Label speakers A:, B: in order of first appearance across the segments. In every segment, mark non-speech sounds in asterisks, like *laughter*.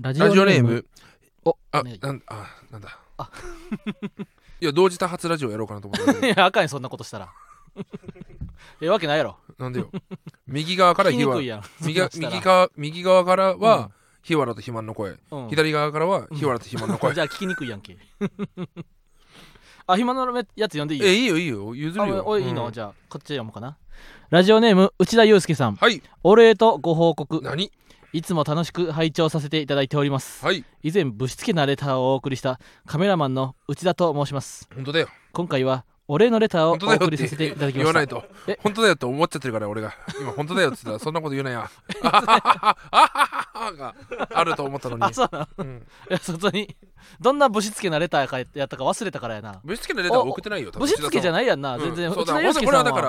A: ラジ
B: ラジオネーム
A: お
B: あ
A: ね
B: なんあなんだ
A: あ
B: いや同時多発ラジオやろうかなと思ったんだ
A: い *laughs*
B: け
A: やあかんよそんなことしたらええわけないやろ *laughs*
B: どなんでよ右側から
A: 聞き
B: 日
A: に
B: は
A: くいやんそん
B: 右
A: な
B: が
A: したら
B: 右側右側からは、
A: うん
B: 日原と肥満の声、
A: うん
B: 左側からは日原と肥満の
A: *laughs*
B: 声、
A: じゃあ聞きにくいやんけあ暇のやつ読んでいい
B: えいいよいいよ譲
A: あ
B: るよ
A: おいいいの、
B: うん
A: じゃあこっち読もうかなラジオネーム内田祐介さん
B: はい
A: お礼とご報告
B: 何
A: いつも楽しく拝聴させていただいております
B: はい
A: 以前ぶしつけなレターをお送りしたカメラマンの内田と申します
B: 本当だよ
A: 今回はお礼のレターをお
B: 本当だよ
A: 送
B: っ
A: りさせてい
B: て
A: ただきま
B: 言わ
A: し
B: な
A: た
B: いと
A: え
B: 本当だよって思っちゃってるから俺が今本当だよって
A: *laughs*
B: 言ったらそんなこと言うなや *laughs* あはははがあると思ったのに
A: あ、そうなの
B: うん、
A: *laughs* いや、そこに、どんなぶしつけなレターかやったか忘れたからやな。
B: ぶしつけのレターは送ってないよ
A: ぶしつけじゃ
B: な
A: な
B: い
A: いやんな、全然。
B: そうだ
A: 内田
B: 俺
A: 祐
B: こ
A: 介
B: れ
A: さ
B: は
A: ん
B: だから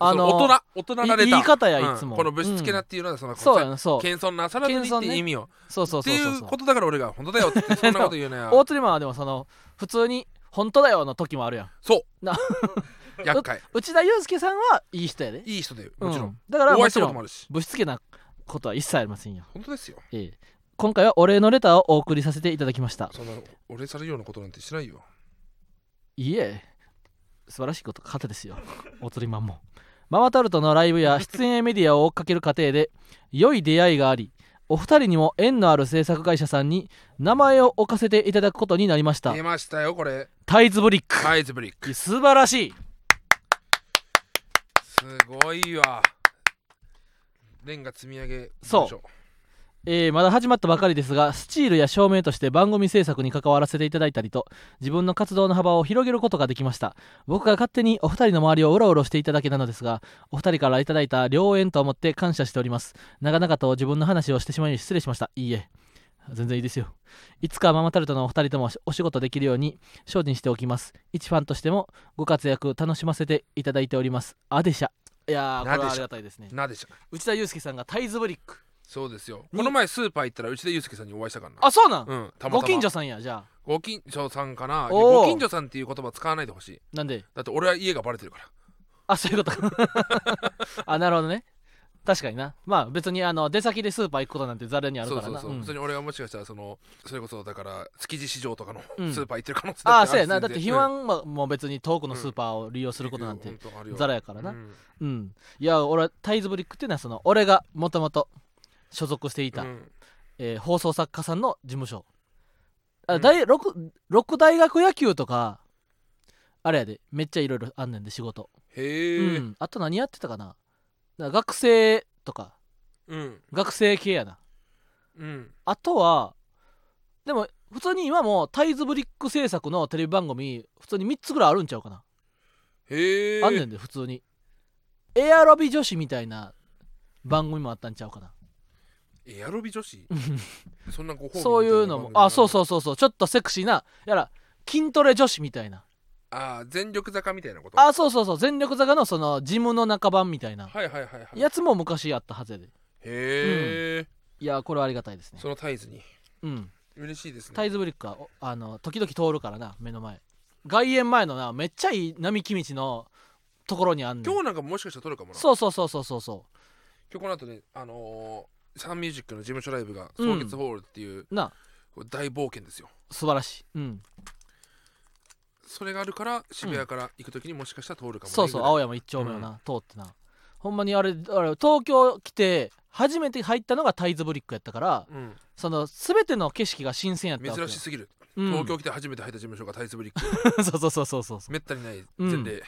A: あ
B: あ
A: の
B: の大人大人なレター
A: い言い方やいつも
B: このぶしつけなっていうのはその、
A: そうやな、そう。
B: 謙遜なさらずにっていう意味を、
A: そうそう
B: っ
A: そう
B: てい
A: そう
B: う
A: そう。
B: ことだから俺が本当だよって
A: *laughs*
B: そんなこと言うなや
A: 大鳥マンはでもその、普通に、本当だよの時もあるやん。
B: そう *laughs*
A: な
B: 厄介
A: 内田祐介さんはいい人やで。
B: いい人でもちろん、
A: うだから、
B: お会
A: も
B: いし
A: ち
B: たこ
A: ろ
B: と
A: ん、
B: もあるし
A: ぶしつけなことは一切ありませんよ。
B: 本当ですよ
A: ええ今回はお礼のレターをお送りさせていただきました。
B: そんな俺されるようなことなんてしないよ
A: いいえ、素晴らしいこと方ですよ、 *laughs* おつりマンも。ママタルトのライブや出演メディアを追っかける過程で、良い出会いがあり、お二人にも縁のある制作会社さんに名前を置かせていただくことになりました
B: 出。ましたよこれ
A: タイズブリック。
B: カイズブリック
A: 素晴らしい。
B: すごいわレンガ積み上げ
A: そう
B: 文章
A: えーまだ始まったばかりですがスチールや照明として番組制作に関わらせていただいたりと自分の活動の幅を広げることができました僕が勝手にお二人の周りをうろうろしていただけなのですがお二人からいただいた良縁と思って感謝しております長々と自分の話をしてしまい失礼しましたいいえ全然いいですよいつかママタルトのお二人ともお仕事できるように精進しておきます一ファンとしてもご活躍楽しませていただいておりますアデシャいやーこれはありがたいですね
B: なでしょ
A: 内田祐介さんがタイズブリック
B: そうですよ
A: に
B: この前スーパー行ったらうちでユうスケさんにお会いしたからな
A: あそうなん
B: うんたまたま
A: ご近所さんやじゃあ
B: ご近所さんかな
A: おー
B: ご近所さんっていう言葉使わないでほしい
A: なんで
B: だって俺は家がバレてるから
A: あそういうこと *laughs* かあなるほどね確かになまあ別にあの出先でスーパー行くことなんてざるにある
B: そ
A: か
B: う
A: らな
B: そうそう、
A: うん
B: 普通に俺はもしかしたらそのそれこそだから築地市場とかの
A: うん
B: スーパー行ってる可能性だ
A: あ
B: っ
A: あ
B: て
A: そうやな
B: る
A: だって
B: 全
A: 肥
B: 然う
A: 満
B: ん
A: ももう別に遠くのスーパーを利用することなんて
B: 行くよ本当あるよ
A: ざらやからな
B: うん
A: うんいや俺はタイズブリックっていうのはその俺がもともと所属していた、
B: うん
A: えー放送作家さんの事務所あ
B: うん
A: 大六六大学野球とかあれやでめっちゃいろいろあんねんで仕事、
B: へえ、
A: うん、あと何やってたかなだから学生とか
B: うん
A: 学生系やな
B: うん
A: あとはでも普通に今もタイズブリック制作のテレビ番組普通に3つぐらいあるんちゃうかな、
B: へえ
A: あんねんで普通にエアロビ女子みたいな番組もあったんちゃうかな
B: エアロビ女子そんなご褒美みたな
A: そういうのも
B: 番組
A: あそうそううそうそうちょっとセクシーなやら筋トレ女子みたいな
B: ああ全力坂みたいなこと
A: あそうそうそう全力坂のそのジムの中版みたいな
B: はいはいはいはい
A: やつも昔あったはずやで
B: へえ、
A: いやこれはありがたいですね
B: そのタイズに
A: うん
B: 嬉しいですね
A: タイズブリックはおあの時々通るからな目の前外苑前のなめっちゃいい並木道のところにあんねん
B: 今日なんかもしかしたら撮るかもな
A: そうそうそうそうそうそ
B: 今日この後ねあのーサンミュージックの事務所ライブが草月ホールっていう、
A: うな
B: これ大冒険ですよ
A: 素晴らしい、うん、
B: それがあるから渋谷から行くときにもしかしたら通るかもね
A: そうそう
B: ぐらい
A: 青山一丁目をな、通ってなほんまにあれあれ東京来て初めて入ったのがタイズブリックやったからその全ての景色が新鮮やった
B: う
A: わ
B: ん、
A: けよ
B: 珍しすぎる、
A: うん
B: 東京来て初めて入った事務所がタイズブリック
A: そうそうそうそうそう
B: めったにない前例、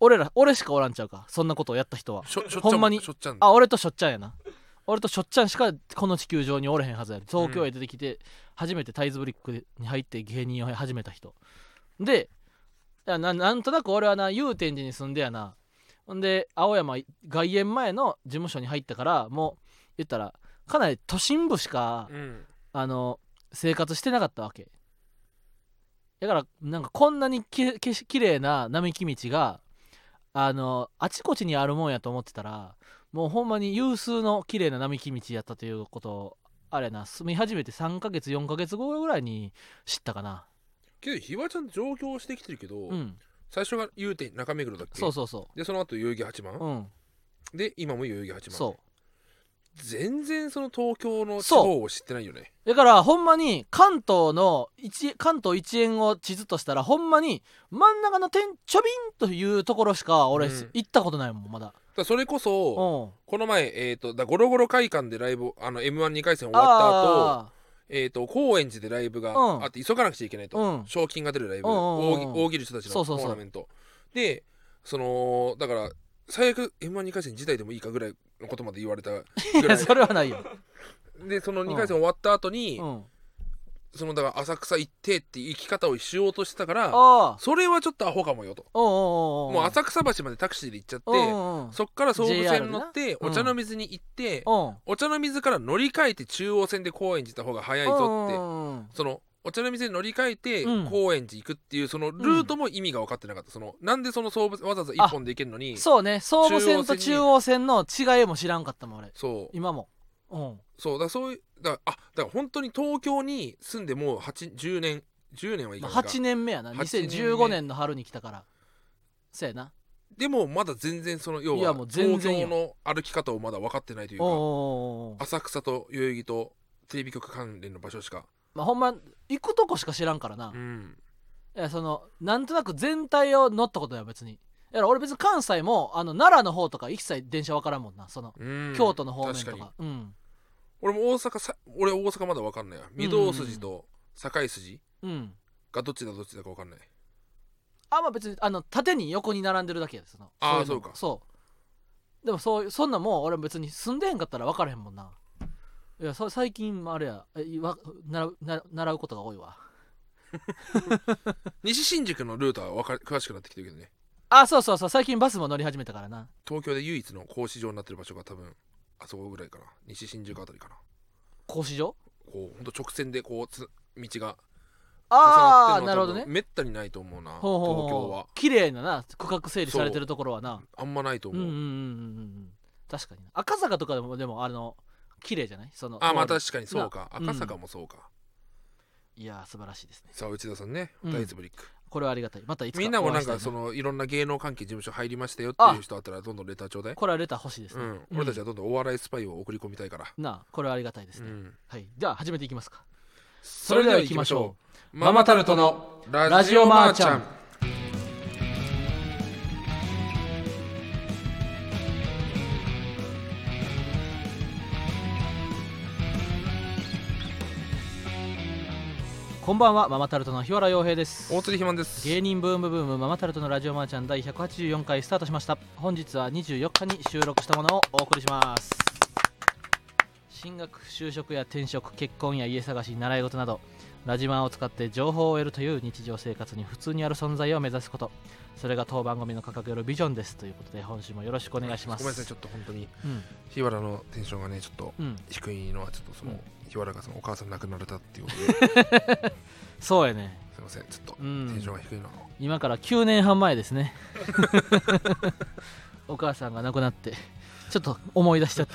A: 俺ら俺しかおらんちゃうかそんなことをやった人は
B: しょしょっちゃん
A: ほんまに
B: しょっちゃん
A: あ俺としょっちゃんやな俺としょっちゃんしかこの地球上におれへんはずやで東京へ出てきて初めてタイズブリックに入って芸人を始めた人でいやななんとなく俺はな祐天寺に住んでやなほんで青山外苑前の事務所に入ったからもう言ったらかなり都心部しか、
B: うん
A: あの生活してなかったわけだからなんかこんなにきききれいな並木道があのあちこちにあるもんやと思ってたらもうほんまに有数の綺麗な並木道やったということをあれな住み始めて3ヶ月4ヶ月後ぐらいに知ったかな
B: けどひわちゃん上京してきてるけど、
A: うん
B: 最初が祐天中目黒だっけ
A: そうそうそ
B: でその後代々木八幡
A: う、うん
B: で今も代々木八幡
A: そ
B: 全然その東京の地方を知ってないよね
A: だからほんまに関東の一関東一円を地図としたらほんまに真ん中の点ちょびんというところしか俺、
B: うん
A: 行ったことないもんまだ
B: だからそれこ
A: うん
B: そ
A: 終
B: この前えっ、とだゴロゴロ会館でライブあの m 1 2回戦終わった後えっ、と高円寺でライブが
A: うん
B: あって急がなくちゃいけないと、
A: うん
B: 賞金が出るライブ、
A: うんうんう
B: 大
A: ん
B: 喜大喜利人たちの
A: そ
B: ト
A: うそうそう
B: ーナメントでそのだから最悪 m 1 2回戦自体でもいいかぐらいのことまで言われた
A: い
B: ぐ
A: や
B: ら
A: *laughs*
B: い
A: それはないよ、
B: でその2回戦終わった後に、
A: うん、
B: そのだから浅草行ってっていう生き方をしようとしてたから
A: ああ
B: それはちょっとアホかもよと
A: おうおうおうお
B: もう浅草橋までタクシーで行っちゃっ
A: うん
B: て
A: うんうん
B: そっから総武
A: JR
B: 線乗って
A: うん
B: お茶の水に行っ
A: う
B: て
A: ん
B: お茶の水から乗り換えて中央線で高円寺行った方が早いぞって
A: っ
B: そのお茶の水に乗り換えて
A: うん
B: 高円寺行くっていうそのルートも意味が分かってなかったそのなんでその総武わざわざ1本で行けるのに
A: そうね総武線と中
B: 中
A: 央線の違いも知らんかったもん俺
B: そう
A: 今もうん
B: そうだからそういうだからあだから本当に東京に住んでもう8 10年10年はいい
A: まあ
B: かないか
A: 8年目やな
B: 八年目
A: 2015年の春に来たからそうやな
B: でもまだ全然その要
A: いや
B: は
A: もう全
B: 東
A: 然よ
B: 京の歩き方をまだ分かってないという
A: おうおうお
B: か
A: うおう
B: 浅草と代々木とテレビ局関連の場所しか
A: まあほんま行くとこしか知らんからな、
B: う
A: い
B: ん
A: やそのなんとなく全体を乗ったことだよ別にだから俺別に関西もあの奈良の方とか一切電車わからんもんなその、
B: うん
A: 京都の方面とか
B: 確かに
A: うん
B: 俺も大阪さ俺大阪まだ分かんないや御堂筋と堺筋
A: うん
B: がどっちだどっちだか分かんない
A: あまあ別にあの縦に横に並んでるだけやでそのい
B: あー
A: のも
B: そうか
A: そうでもそういうそんなんもう俺別に住んでへんかったら分からへんもんないやそ最近あれやえいわ習う習う習うことが多いわ
B: 西新宿のルートはわかり詳しくなってきてるけどね
A: あそうそうそう最近バスも乗り始めたからな
B: 東京で唯一の格子状になってる場所が多分あそこぐらいかな西新宿あたりかな
A: 格子状
B: こうほんと直線でこうつ道が重な
A: あ
B: って
A: あ
B: る
A: な
B: の
A: る
B: は
A: ほ
B: 多
A: どね
B: 分めったにないと思うな
A: ほうほう
B: 東京
A: ほ
B: は
A: う綺麗なな区画整理されてるところはな
B: あんまないと
A: うんうんうんうん
B: 思う
A: うん確かにな赤坂とかでもでもあの綺麗じゃないその
B: あまあ
A: 通り
B: 確かにそうか
A: な
B: 赤坂もそうか
A: いやー素晴らしいですね
B: さあ内田さんね
A: うん
B: 大イズブリック、
A: これはありがたいまたいつか
B: みんなもなん
A: お会
B: か
A: いした
B: そ
A: い
B: のいろんな芸能関係事務所入りましたよっていう人あったらどんどんレターちょうだい、
A: これはレター欲しいです
B: う
A: ね、
B: ん、俺たちはどんどんお笑いスパイを送り込みたいから、
A: なあこれはありがたいです
B: う
A: ね、
B: ん、
A: はいじゃあ始めていきますか
B: そ
A: れでは行きましょ
B: う
A: ママタルトの
B: ラジオマーちゃ
A: ラジオマー
B: ん
A: こんばんはママタルトの日原洋平です
B: 大鶴ひまんです
A: 芸人ブームブームママタルトのラジオマーちゃん第184回スタートしました本日は24日に収録したものをお送りします進学就職や転職結婚や家探し習い事などラジマンを使って情報を得るという日常生活に普通にある存在を目指すことそれが当番組の掲げるビジョンですということで本週もよろしくお願いします
B: ごめんなさいちょっと本当に
A: うん
B: 日原のテンションがねちょっと
A: うん、
B: 低いのはちょっとその、
A: うん
B: 日原がそのお母さん亡くなられたっていうことで
A: そうやね、
B: すいませんちょっとテ
A: う
B: ン
A: ん
B: ション、が低いな、
A: 今から9年半前ですね *laughs* お母さんが亡くなってちょっと思い出しちゃって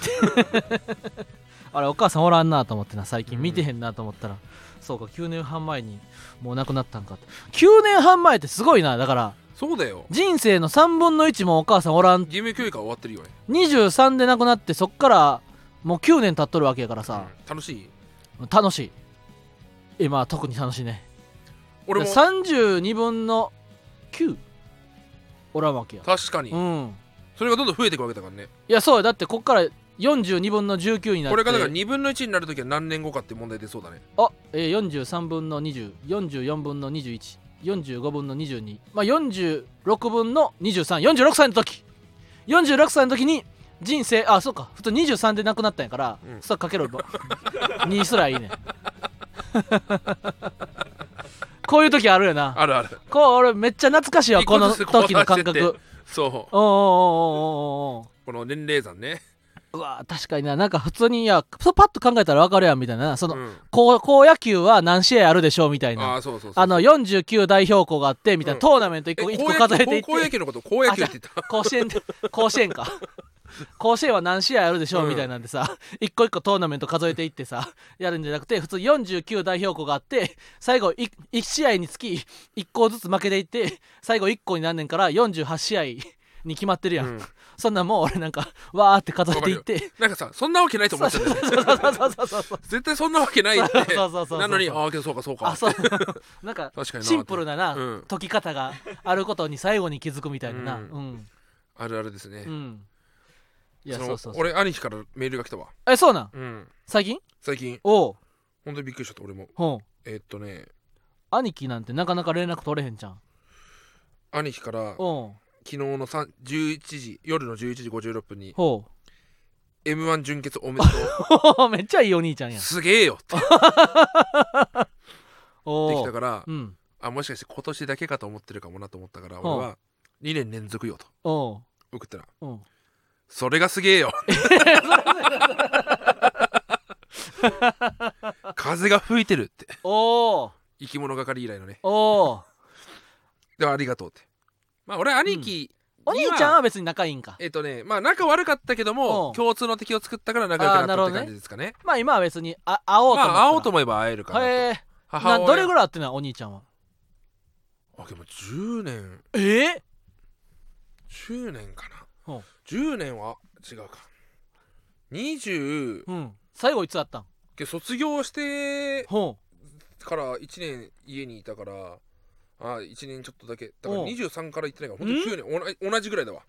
A: *laughs* あれお母さんおらんなと思ってな最近見てへんなと思ったら、そうか9年半前にもう亡くなったんかって9年半前ってすごいなだから
B: そうだよ
A: 人生の3分の1もお母さんおらん
B: 義務教育は終わってるよね、
A: 23で亡くなってそっからもう9年経っとるわけやからさ、
B: うん楽しい
A: 楽しい今は特に楽しいね
B: 俺も
A: 32分の9おらんわけや
B: 確かに、
A: うん
B: それがどんどん増えていくわけだからね
A: いやそうよだってこっから42分の19になって
B: これがだから2分の1になるときは何年後かって問題出そうだね
A: あ、えー、43分の2044分の2145分の22まあ46分の2346歳の時46歳の時に人生あそうか普通23で亡くなったんやから、
B: うん
A: それかけろ2すらいいね *laughs* こういう時あるよな
B: あるある
A: こう俺めっちゃ懐かしいわ
B: 一
A: こ
B: 個
A: の
B: ずつこう
A: 時の感
B: 出してっ
A: 覚
B: てそ
A: おうおうおうおうおうおう
B: うこの年齢算ね、
A: うわ確かにななんか普通にいやそうパッと考えたら分かるやんみたいなその、
B: うん
A: 高校野球は何試合あるでしょうみたい
B: あ
A: な
B: あそうそうそう
A: あの49代表校があってみたいな、
B: うん
A: トーナメント1
B: え
A: 個一
B: 高
A: 個
B: 野球
A: 数えていっ
B: 高校野
A: て
B: 球のこと高野球って言った
A: 甲子園
B: *laughs*
A: 甲子園か甲子園は何試合あるでしょうみたいなんでさ、一個一個トーナメント数えていってさやるんじゃなくて普通49代表校があって最後 1, 試合につき1校ずつ負けていって最後1校になんねんから48試合に決まってるやん、
B: うん
A: そんなんもう俺なんかわーって数えていって
B: なんかさそんなわけないと思っちゃうんだよね
A: そうそうそうそうそうそう
B: 絶対そんなわけないって
A: そうそうそうそう
B: なのにああけどそうかそうか
A: あそうなんか
B: 確かにな
A: シンプルなな、
B: うん
A: 解き方があることに最後に気づくみたいななう
B: うん
A: ん
B: あるあるですね、
A: うんいや
B: そ
A: そ
B: の
A: うそうそう
B: 俺兄貴からメールが来たわ、
A: えそうなん
B: うん、
A: 最近
B: 最近
A: おう
B: 本当にびっくりしちゃった俺も
A: ほう
B: えーっとね
A: 兄貴なんてなかなか連絡取れへんじゃん
B: 兄貴から昨
A: おう
B: 日のさん11時夜の11時56分に
A: ほ
B: m 1準決おめでとう
A: うめっちゃいいお兄ちゃんやん
B: すげえよって言って
A: お
B: きた
A: う
B: から
A: うん
B: あもしかして今年だけかと思ってるかもなと思ったから
A: ほう
B: 俺は2年連続よと
A: おう
B: 送ったら
A: おう
B: それがすげえよ風が吹いてるって
A: おう
B: 生き物係以来のね
A: おう
B: ではありがとうってまあ俺兄貴
A: お
B: に
A: 兄
B: は
A: ちゃんは別に仲いいんか
B: えっとねまあ仲悪かったけど
A: う
B: も
A: ん
B: 共通の敵を作ったから仲良くなったって感じですかね
A: まあ今は別にあ会おうと思っ
B: ま
A: たら
B: あ会おうと思えば会えるかなと
A: へえ
B: 母
A: な
B: 親
A: どれぐらい会ってないお兄ちゃんは
B: あでも10年
A: ええ
B: 10年か
A: う
B: なん10年は違うか20
A: うん最後いつ会ったん
B: け卒業して
A: ほ
B: から1年家にいたからあ1年ちょっとだけだから
A: おう
B: 23から行ってないから本当に9年同じ同じぐらいだわ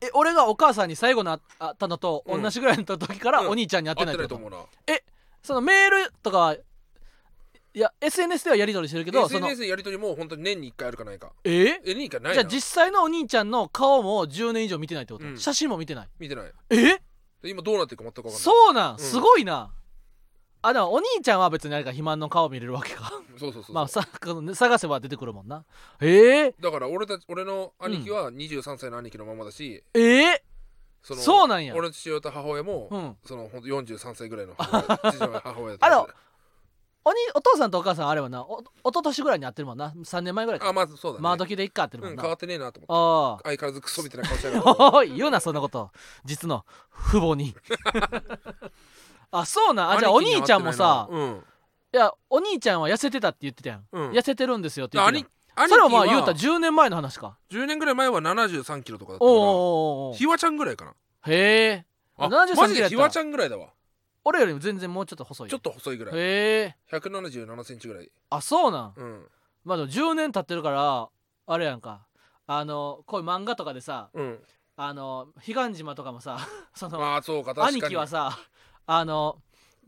A: うえ俺がお母さんに最後のあ会ったのと
B: うん
A: 同じぐらいの時から
B: うん
A: お兄ちゃんに会っ
B: 合
A: て
B: っ
A: ない
B: て
A: って
B: ないと
A: こと
B: 思うな
A: そのメールとかはいや SNS ではやり取りしてるけどその
B: SNS でやり取りも本当に年に1回あるかないか
A: え
B: え年に1回ない
A: じゃ
B: な
A: あ実際のお兄ちゃんの顔も10年以上見てないってこと、
B: うん
A: 写真も見てない
B: 見てない
A: え
B: で今どうなってるか全く分かんない
A: そうなん、
B: ん
A: すごいなあでもお兄ちゃんは別にあれか肥満の顔見れるわけか
B: *laughs* そうそうそうそう
A: まあさこの探せば出てくるもんなええ
B: だから俺たち俺の兄貴は23歳の兄貴のままだし、
A: ええ
B: その
A: そうなんや
B: 俺の父親と母親も、
A: うん
B: そのほんと43歳ぐらいの母親父親母親だった
A: あのおにお父さんとお母さんあれはなおお一昨年ぐらいに会ってるもんな3年前ぐらい
B: あ
A: か
B: まあそうだね、
A: まあ時でいっか会ってる
B: う
A: もん
B: ん、
A: な、
B: 変わってねえなと思っ
A: あ
B: て
A: あ
B: 相変わらずクソみたいな顔してる
A: お *laughs* い言うなそんなこと実の父母にあそうなんあじゃあお兄ちゃんもさ、
B: うん
A: いやお兄ちゃんは痩せてたって言ってたやん、
B: うん
A: 痩せてるんですよって言ってたやん
B: 兄兄貴
A: それはまあ言うた
B: は
A: ら10年前の話か
B: 10年ぐらい前は7 3キロとかだった
A: おうお
B: か
A: うおうお
B: ら
A: う
B: ひわちゃんぐらいかな
A: へえ
B: あ
A: 73
B: マジ
A: ぐら
B: で
A: い
B: ひ
A: やったら
B: わちゃんぐらいだわ
A: 俺よりも全然もうちょっと細い
B: ちょっと細いぐらい
A: へえ
B: 1 7 7センチぐらい
A: あそうなん
B: うん
A: まあでも10年経ってるからあれやんかあのこういう漫画とかでさ
B: うん
A: あの彼岸島とかもさ *laughs* その
B: ああそうか確かに
A: 兄貴はさあの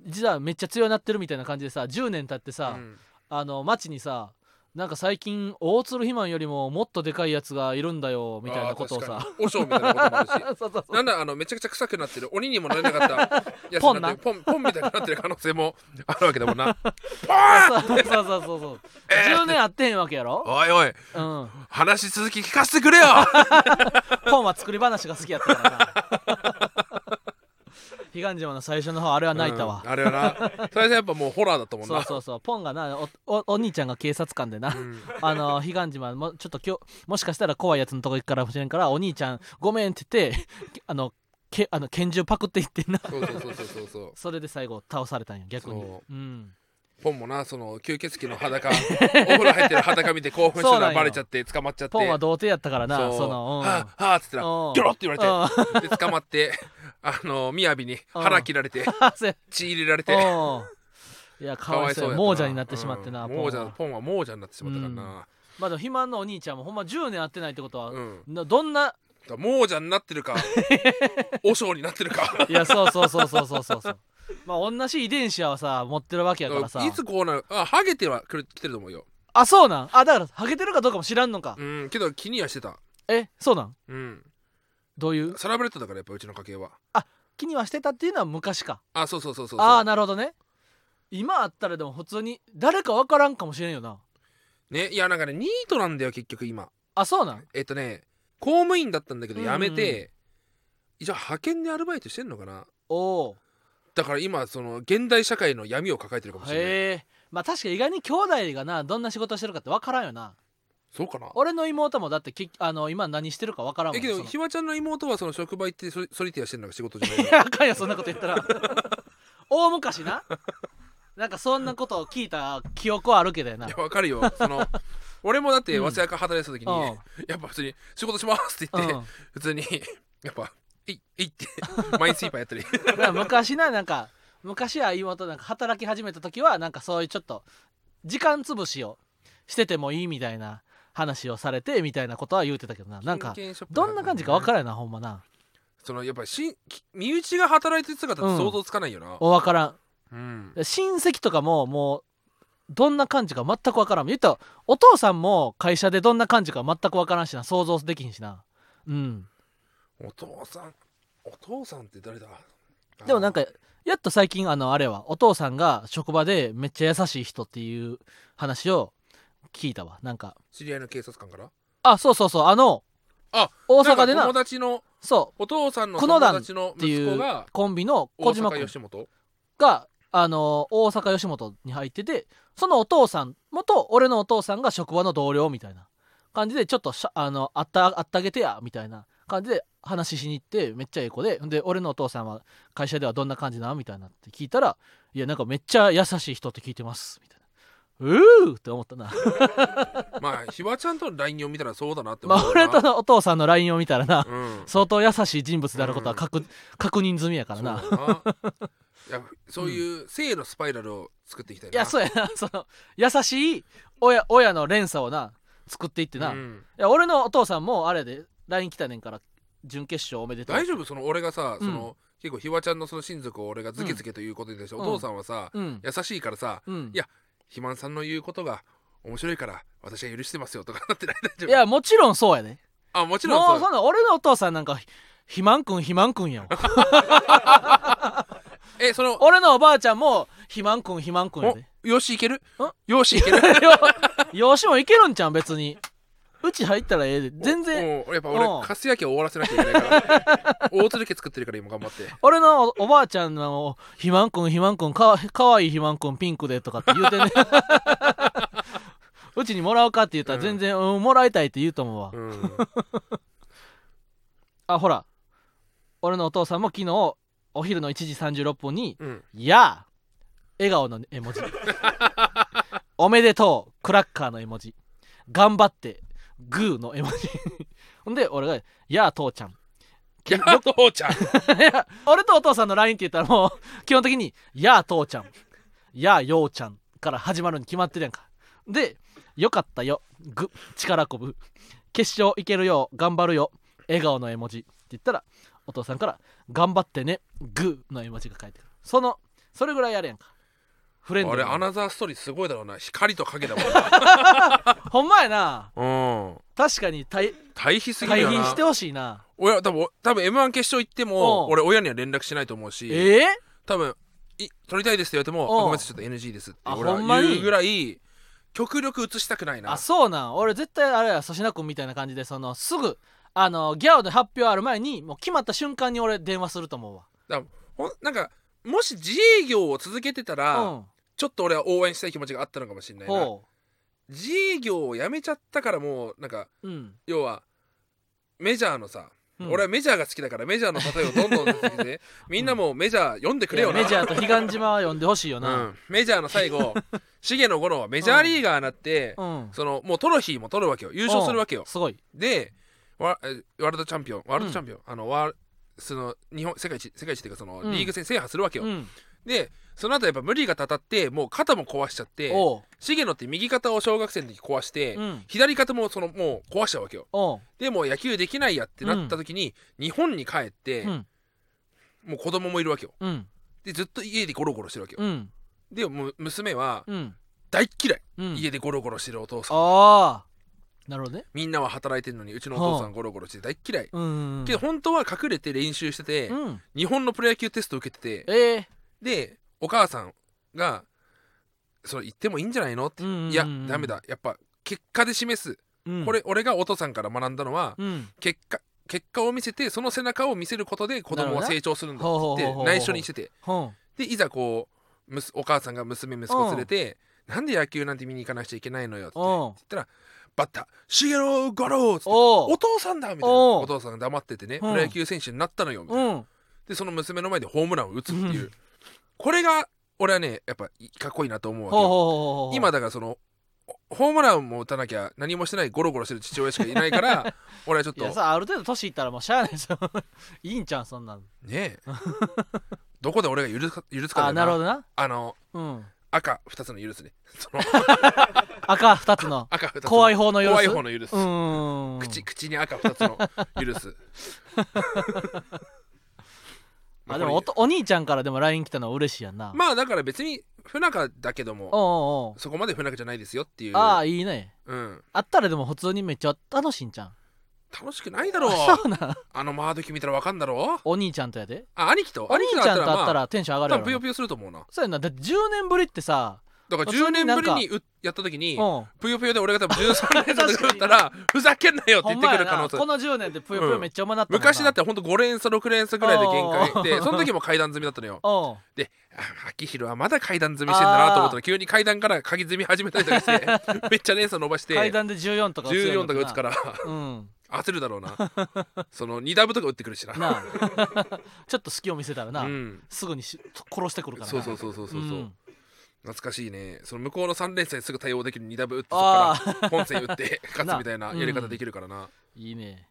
A: 実はめっちゃ強なってるみたいな感じでさ10年経ってさ、
B: うん
A: あの町にさなんか最近大鶴肥満よりももっとでかいやつがいるんだよみたいなことを
B: あー
A: さ
B: 確かにおしょうみたいなこともあるし
A: *laughs* そうそうそう
B: なんだあのめちゃくちゃ臭くなってる鬼にもなれなかった
A: *laughs*
B: やつ
A: ポ
B: に
A: ン
B: な
A: な
B: ってポンポンみたいになってる可能性もあるわけだもんなポン
A: そうそうそうそうそう10年あってへんわけやろ、
B: おいおい
A: うん、
B: 話続き聞かせてくれよ
A: 本は作り話が好きやったからな彼岸島の最初の方あれは *laughs* 泣いたわ、
B: うんあれはな最初やっぱもうホラーだったもん
A: そう
B: な
A: そうそうポンがなおおお兄ちゃんが警察官でな、
B: ん
A: あの *laughs* 彼岸島もちょっと今日もしかしたら怖いやつのとこ行くからもしれんからお兄ちゃんごめんって言って *laughs* けあのけあの拳銃パクっていってんな *laughs*
B: そうそうそうそうそうそう
A: それで最後倒されたんよ逆に
B: そう
A: うん
B: ポンもなその吸血鬼の裸 *laughs* お風呂入ってる裸見て興奮し
A: そ
B: た
A: うなん
B: ら
A: よ
B: バレちゃって捕まっちゃって
A: ポンは童貞やったからな
B: そう
A: そのうん
B: はあはあっつったらギ
A: うん
B: ョロって言わ
A: うん
B: れてで捕まって *laughs* あの雅に腹切られて
A: あ *laughs* せ
B: 血入れられて
A: うんいやか
B: *laughs* か
A: わ
B: わ
A: い
B: い
A: そ
B: そう
A: うや
B: やったな
A: 亡者になってしまってな、
B: うん
A: ポンは
B: 亡者ポンは亡者になってしまったからな
A: まあでも肥満のお兄ちゃんもほんま10年会ってないってことは、
B: うん
A: などんな
B: だから亡者になって
A: *laughs*
B: るか和尚になってるか
A: いやそうそうそうそうそう *laughs* そうそうまあ同じ遺伝子はさ持ってるわけやからさ
B: いつこうなるあハゲてはくる来てると思うよ
A: あそうなんあだからハゲてるかどうかも知らんのか、
B: うんけど気にはしてた
A: えそうなん
B: うん
A: どういう
B: サラブレッドだからやっぱうちの家系は
A: 気にはしてたっていうのは昔か
B: あそうそうそうそうそう
A: ああなるほどね今あったらでも普通に誰かわからんかもしれんよな
B: ねいやなんかねニートなんだよ結局今
A: あそうなん
B: えっとね公務員だったんだけど辞め
A: うんうん
B: て、一応派遣でアルバイトしてんのかな
A: おお
B: だから今その現代社会の闇を抱えてるかもしれない
A: へえまあ確かに意外に兄弟がなどんな仕事してるかってわからんよな
B: そうかな
A: 俺の妹もだってきあの今何してるかわからんも
B: え
A: ん
B: け
A: そ
B: ど
A: の
B: ひわちゃんの妹はその職場行ってソリソリティアしてんのが仕事じゃ
A: *laughs*
B: ない
A: いやあかんよそんなこと言った
B: *laughs*
A: ら大昔ななんかそんなことを聞いた記憶はあるけどやない
B: やわか
A: *laughs*
B: るよその俺もだって早稲田から働いてた時に、
A: うん
B: やっぱ普通に「仕事します」って
A: う
B: 言って、
A: ん
B: 普通にやっぱ「えいえい」
A: *laughs*
B: ってマインスイーパーやったり
A: だから昔ななんか昔は妹なんか働き始めた時はなんかそういうちょっと時間潰しをしててもいいみたいな話をされてみたいなことは言うてたけどななんかどんな感じか分からら
B: ん
A: んなほんまな
B: そのやっぱし身内が働いてる姿って想像つかないよな、
A: お分からん
B: うん
A: 親戚とかももうどんな感じか全く分からん言ったらお父さんも会社でどんな感じか全く分からんしな想像できひんしなうん
B: お父さんお父さんって誰だあー
A: でもなんかやっと最近あのあれはお父さんが職場でめっちゃ優しい人っていう話を聞いたわなんか
B: 知り合いの警察官から
A: あそうそうそうあの
B: あ
A: 大阪でなん
B: か友達の
A: そ
B: お父さんの
A: この
B: 友
A: 段
B: 達の
A: ていう
B: 息子が
A: うコンビの
B: 大
A: 小島
B: 阪
A: 君
B: 吉本
A: があの大阪吉本に入っててそのお父さん元俺のお父さんが職場の同僚みたいな感じでちょっとしゃあのあったあったあげてやみたいな感じで話しに行ってめっちゃええ子でで俺のお父さんは会社ではどんな感じなみたいなって聞いたらいやなんかめっちゃ優しい人って聞いてますみたいなうーって思ったな
B: まあひばちゃんとの LINE を見たらそうだなって
A: ま
B: 思う
A: あ
B: よ
A: 俺
B: な
A: とのお父さんの LINE を見たらな
B: うん
A: 相当優しい人物であることは確,、確認済みやからな
B: そうだないやそういう性のスパイラルを作っていきたい
A: い
B: な
A: やそうやなその優しい親親の連鎖をな作っていってな、
B: う
A: い
B: ん
A: や俺のお父さんもあれやで LINE 来たねんから準決勝おめでとう
B: 大丈夫その俺がさ
A: う
B: そ
A: ん
B: の結構ひばちゃんのその親族を俺がズケズケということに対して
A: うん
B: お父さんはさ
A: うん
B: 優しいからさ
A: うん
B: いや肥満さんの言うことが面白いから私は許してますよとかなってない大
A: い
B: 丈夫
A: やもちろんそうやで
B: あもちろん
A: も
B: そう
A: うその俺のお父さんなんか肥満くん肥満くんやん
B: えその
A: 俺のおばあちゃんも肥満くん肥満くんやで
B: およしいける
A: ん
B: よしいける
A: よよしもいけるんちゃうん別にうち入ったらええで *laughs* 全然
B: おおやっぱ
A: うん
B: 俺かすやきを終わらせなきゃいけないから
A: *laughs*
B: 大鶴家作ってるから今頑張って
A: 俺のおおばあちゃんの「肥満くん肥満くんかわかわいい肥満くんピンクで」とかって言うてね *laughs* うちにもらうかって言ったら全然、うんもらいたいって言うと思うわ、
B: うん
A: あほら俺のお父さんも昨日お昼の1時36分に *laughs*
B: うん
A: 「やあ」笑顔の絵 *laughs* 文字「おめでとう」クラッカーの絵文字「頑張って」グーの絵文字 *laughs* ほんで俺が「やあ父ちゃん」
B: やっとお
A: *laughs*
B: うちゃん
A: いや俺とお父さんの LINE って言ったらもう基本的に「やあ父ちゃん」「やあようちゃん」から始まるに決まってるやんかで「よかったよ」「ぐ」「力こぶ」「決勝いけるよ」「頑張るよ」「笑顔の絵文字」って言ったらお父さんから「頑張ってね」「ぐ」の絵文字が書いてくるそのそれぐらいやるやんかフレンド
B: あ
A: リ
B: れ
A: ー
B: アナザーストーリーすごいだろうな光と影だもん
A: ほんまやな
B: なうん
A: 確かに対
B: 対比すぎる
A: 対
B: よ
A: 比し
B: な
A: てほしいな
B: 親多分多分 M1 決勝行って
A: う
B: も
A: ん
B: 俺親には連絡しないと思うし
A: ええ
B: 多分い撮りたいですって言われても
A: ん
B: あごめんなさいちょっと NG ですって
A: あ
B: 俺は
A: ほんまに
B: 言うぐらい極力映したくないな
A: あそうなん俺絶対あれや粗品君みたいな感じでそのすぐあのギャオで発表ある前にもう決まった瞬間に俺電話すると思うわ
B: ほんなんかもし自営業を続けてたら、
A: うん
B: ちょっと俺は応援したい気持ちがあったのかもしれないな
A: ほ
B: 自営業を辞めちゃったからもうなんか
A: ううん、
B: 要はメジャーのさ、
A: うん、
B: 俺はメジャーが好きだからメジャーの例えをどんどん出てき
A: *laughs*
B: てみんなもメジャー読んでくれよ
A: い
B: な
A: やメジャーと彼岸島は呼んでほしいよ
B: う、
A: なん
B: メジャーの最
A: *laughs*
B: 後重野五郎はメジャーリーガーになって、
A: うん、
B: そのもうトロフィーも取るわけよ優勝するわけよ
A: うん、すごい
B: でワえワールドチャンピオンワールドチャンピオン、あのワーその日本世界一世界一っていうかその、
A: うん
B: リーグ戦制覇するわけよ、
A: うん
B: でその後やっぱ無理がたたってもう肩も壊しちゃって
A: おう
B: 重野って右肩を小学生の時壊して、
A: うん
B: 左肩もそのもう壊しちゃうわけよ
A: おう
B: でもう野球できないやってなった時に、日本に帰って、
A: うん
B: もう子供もいるわけよ
A: うん
B: でずっと家でゴロゴロしてるわけよ、
A: うん
B: でもう娘は
A: うん
B: 大っ嫌い、
A: うん
B: 家でゴロゴロしてるお父さん
A: ああなるほどね
B: みんなは働いてるのにうちのお父さんゴロゴロして大っ嫌い、
A: うん
B: けど本当は隠れて練習してて、
A: うん
B: 日本のプロ野球テスト受けてて
A: ええ
B: でお母さんが「それ言ってもいいんじゃないの?」って、
A: うんうんうんうん
B: いやダメだやっぱ結果で示す、
A: うん
B: これ俺がお父さんから学んだのは、
A: うん
B: 結果結果を見せてその背中を見せることで子供は成長するんだ
A: なるほど
B: っ
A: ね
B: て言
A: ほうほうほうほ
B: っ
A: う
B: て内緒にしてて
A: ほ
B: でいざこうむすお母さんが娘息子連れて「なんで野球なんて見に行かなくちゃいけないのよ」って
A: う
B: 言っ
A: おう
B: たら「バッター重郎五郎」っつって
A: おう
B: お父さんだみたいな
A: おう
B: お父さんが黙っててねプ
A: うん
B: ロ野球選手になったのよみたいな
A: うん
B: でその娘の前でホームランを打つっていううんこれが俺はねやっぱいかっこいいなと思うわけ
A: ほうほうほ
B: よ
A: うほうほう
B: 今だからそのおホームランも打たなきゃ何もしてないゴロゴロしてる父親しかいないから俺はちょっ
A: *laughs* い
B: と
A: やさある程度年いったらもうしゃあないですよ *laughs* いいんちゃうんそんなの
B: ねえ *laughs* どこで俺が許すか許すかだ
A: あ
B: よ
A: なるほどな
B: あの *laughs*
A: うん
B: 赤2つの許すねそ
A: *laughs*
B: の
A: 赤二つの
B: 赤2つの
A: 怖い方の許す
B: 怖い方の許す
A: うーん
B: 口口に赤2つの許
A: *laughs*
B: すま
A: あ
B: あ
A: でも
B: こ
A: お
B: れ
A: とお兄ちゃんからでも LINE 来たのは嬉しいやんな、
B: まあだから別に不仲だけど
A: おう
B: も
A: おうおう
B: そこまで不仲じゃないですよっていう
A: ああいいね
B: うん、
A: あったらでも普通にめっちゃ楽しいんちゃん
B: 楽しくないだろう
A: そうなん *laughs*
B: あのマードキ見たらわかんだろう
A: お兄ちゃんとやで
B: あ兄貴と
A: お兄ちゃんと会
B: 兄貴
A: った
B: まあ
A: らテンション上
B: 多
A: がる
B: 分
A: や
B: ぷよ
A: ろ
B: ぷよすると思うな
A: そうやんなだって10年ぶりってさ
B: だから
A: 普通
B: 10
A: に
B: 年
A: な
B: ぶ
A: ん
B: り
A: か
B: にうやった時に
A: うん
B: ぷよぷよで俺が多分13年とかだったらふざけんなよって
A: ほ
B: 言
A: ん
B: って
A: ま
B: く
A: や
B: る可
A: な
B: 能性
A: この10年でぷよぷよめっちゃうまなったもんな
B: 昔だってほんと5連鎖6連鎖ぐらいで限界
A: *laughs* う
B: でその時も階段積みだった
A: *laughs*
B: のよ
A: おう
B: であ秋広はまだ階段積みしてんだなと思ったら急に階段から鍵積み始めたりとかして
A: *laughs*
B: めっちゃ連鎖伸ばして
A: 階段で14とか強い
B: 14
A: の
B: とか打つからら
A: うん
B: *laughs* 焦るだろうなその2ダブとか打ってくるしな
A: なあ *laughs* ちょっと隙を見せたらな、
B: うん
A: すぐにし殺してくるからな
B: そうそうそうそうそうそう
A: うん
B: 懐かしいねその向こうの3連戦すぐ対応できる2ダブ打ってそこ
A: あ
B: から本戦打って
A: *laughs*
B: 勝つみたいなやり
A: う
B: 方
A: ん
B: できるからな、
A: いいね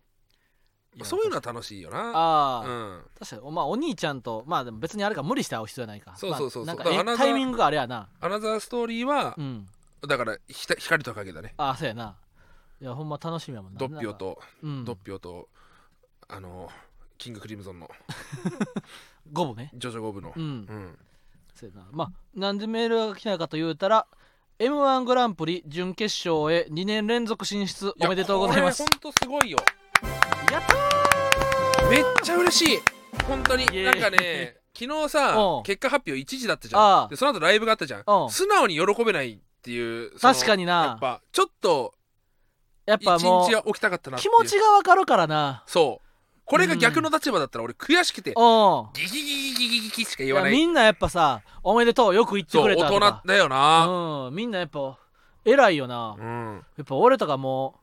A: や
B: そういうのは楽しいよな
A: あ
B: う
A: あ、
B: ん
A: 確かにまあお兄ちゃんとまあでも別にあれか無理して会う必要ないか
B: そうそうそうそう
A: まあ、な
B: だ
A: ん
B: か
A: からえタイミングがあれやな
B: アナザーストーリーは
A: う、ん
B: だからひた光と影だね
A: ああそうやないやほんま楽しみやもんな
B: ドッピオ、と、
A: なんか
B: ド
A: う
B: ッ
A: ん、
B: ピオとあのキングクリムゾンの
A: ゴブね
B: ジョジョゴブの
A: う、ん
B: うん、
A: そうやなまあなんでメールが来ないかというたら m 1グランプリ準決勝へ2年連続進出おめでとうございます
B: やこれほんとすごいよ
A: やった
B: めっちゃ嬉しい本当に
A: イエーイ
B: なんかね昨日さ
A: うん
B: 結果発表1時だったじ
A: あ
B: ゃ
A: あ
B: んでその後ライブがあったじゃ
A: うん
B: ん素直に喜べないっていうその
A: 確かに
B: や
A: な
B: っぱちょっと
A: やっ
B: 一
A: ぱも
B: 日
A: う
B: は起きたかったなって
A: 気
B: いう
A: 持ちがわかるからな
B: そうこれが逆の立場だったら俺悔しくて
A: うん
B: ギギギギギギギギしか
A: い
B: 言わ
A: や
B: ない
A: みんなやっぱさおめでとうよく言って
B: そ
A: く
B: う
A: れたと
B: 大人
A: か
B: だよな
A: うんみんなやっぱ偉いよな、
B: うん
A: やっぱ俺とかも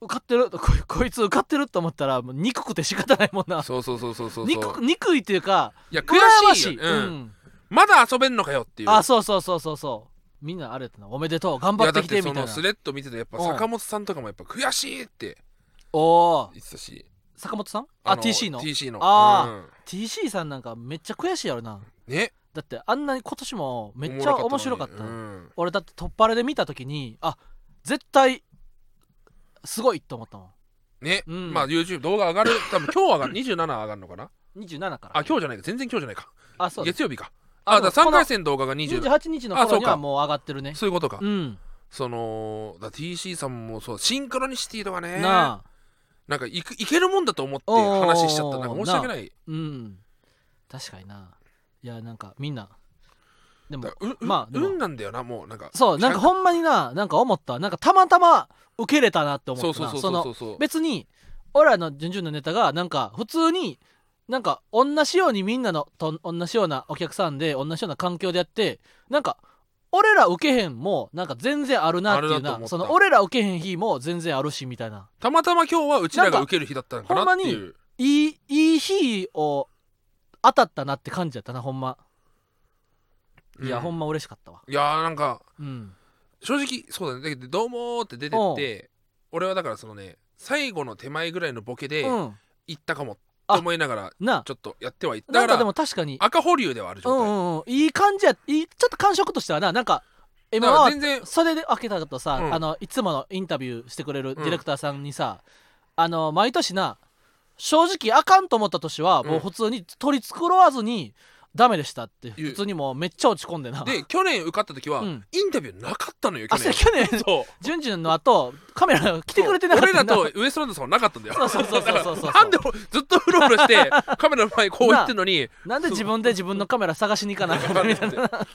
A: う受かってるこいこいつ受かってると思ったらもう憎くて仕方ないもんな
B: そうそうそうそうそうそう
A: 憎く憎いっていうか
B: いや
A: 羨ま
B: 悔しいよ
A: う
B: うん
A: ん
B: まだ遊べんのかよっていう
A: あそうそうそうそうそうみんなあれやったなおめでとう頑
B: い
A: 張
B: や
A: って
B: だっ
A: きて
B: て
A: みたい
B: そ
A: な
B: のスレッド見ててやっぱ
A: うん
B: 坂本さんとかもやっぱ悔しいって
A: おおー
B: 言ってたし
A: 坂本さんあ
B: の
A: TC の
B: TC の
A: あ TC さんなんかめっちゃ悔しいやろな
B: うんね
A: だってあんなに今年もめっちゃ面白かった
B: おもろのにうん
A: 俺だって突破れで見た時にあ絶対すごいと思ったも
B: ね
A: うん
B: まあ YouTube 動画上がる多分今日上がる27上がるの
A: *laughs*
B: かなん
A: 27から
B: あ今日じゃないか全然今日じゃないか
A: あそうだ
B: 月曜日か
A: あ
B: あだから
A: そう
B: 3回戦動画が20
A: 28日の頃に
B: あそう
A: は
B: か
A: もう上がってるね
B: そういうことか
A: うん
B: そのだ TC さんもそうシンクロニシティとかねな
A: なあ
B: んかいくいけるもんだと思って
A: おうおうおう
B: 話しちゃったなんか申し訳ない
A: うん確かにないやなんかみんなでも
B: だからうう
A: まあでも
B: 運なんだよなもうなんか
A: そうなんかほんまにななんか思ったなんかたまたま受けれたなって思った
B: そ
A: な
B: うそうそう
A: そ
B: そうそ
A: の
B: うそう
A: 別に俺らの順々のネタがなんか普通になんか同じようにみんなのと同じようなお客さんで同じような環境でやってなんか俺ら受けへんもなんか全然あるなっていう
B: ある
A: な
B: なと思った
A: その俺ら受けへん日も全然あるしみたいな
B: たまたま今日はうちらが受ける日だったのかなっていう
A: いいいい日を当たったなって感じやったなほんまいや、
B: う
A: ほんま嬉しかったわ
B: いやーなんか
A: うん
B: 正直そうだねだけど「どうも」って出てって俺はだからそのね最後の手前ぐらいのボケで
A: うん
B: 行ったかもって思いながら
A: な
B: ちょっとやってはいった
A: なん
B: だ
A: かで
B: か
A: も
B: ら
A: 確かに
B: 赤保留ではある
A: うん
B: 状
A: う
B: 態
A: んうんいい感じやいいちょっと感触としてはななんか
B: だ
A: 今
B: から
A: は
B: 全然
A: それで開けたとさ、
B: うん
A: あのいつものインタビューしてくれるディレクターさんにさ、あの毎年な正直あかんと思った年はもう普通に取り繕わずにダメでしたって
B: 言う
A: 普通にもうめっちゃ落ち込んでな
B: で去年受かった時は
A: うん
B: インタビューなかったのよ
A: *laughs*
B: 去
A: あ *laughs* そう
B: 年
A: 去年
B: そう
A: ジュンジュンの後カメラ *laughs* 来てくれてなかった
B: 俺ら
A: な
B: とウエストランドさんはなかったんだよ
A: そうそうそうそうそうそう
B: だから *laughs* なんでずっとフロフロ
A: *laughs*
B: してカメラの前にこう言ってんのに
A: なんで自分で自分のカメラ探しに行かなあかんのみたい
B: *laughs*
A: なそうや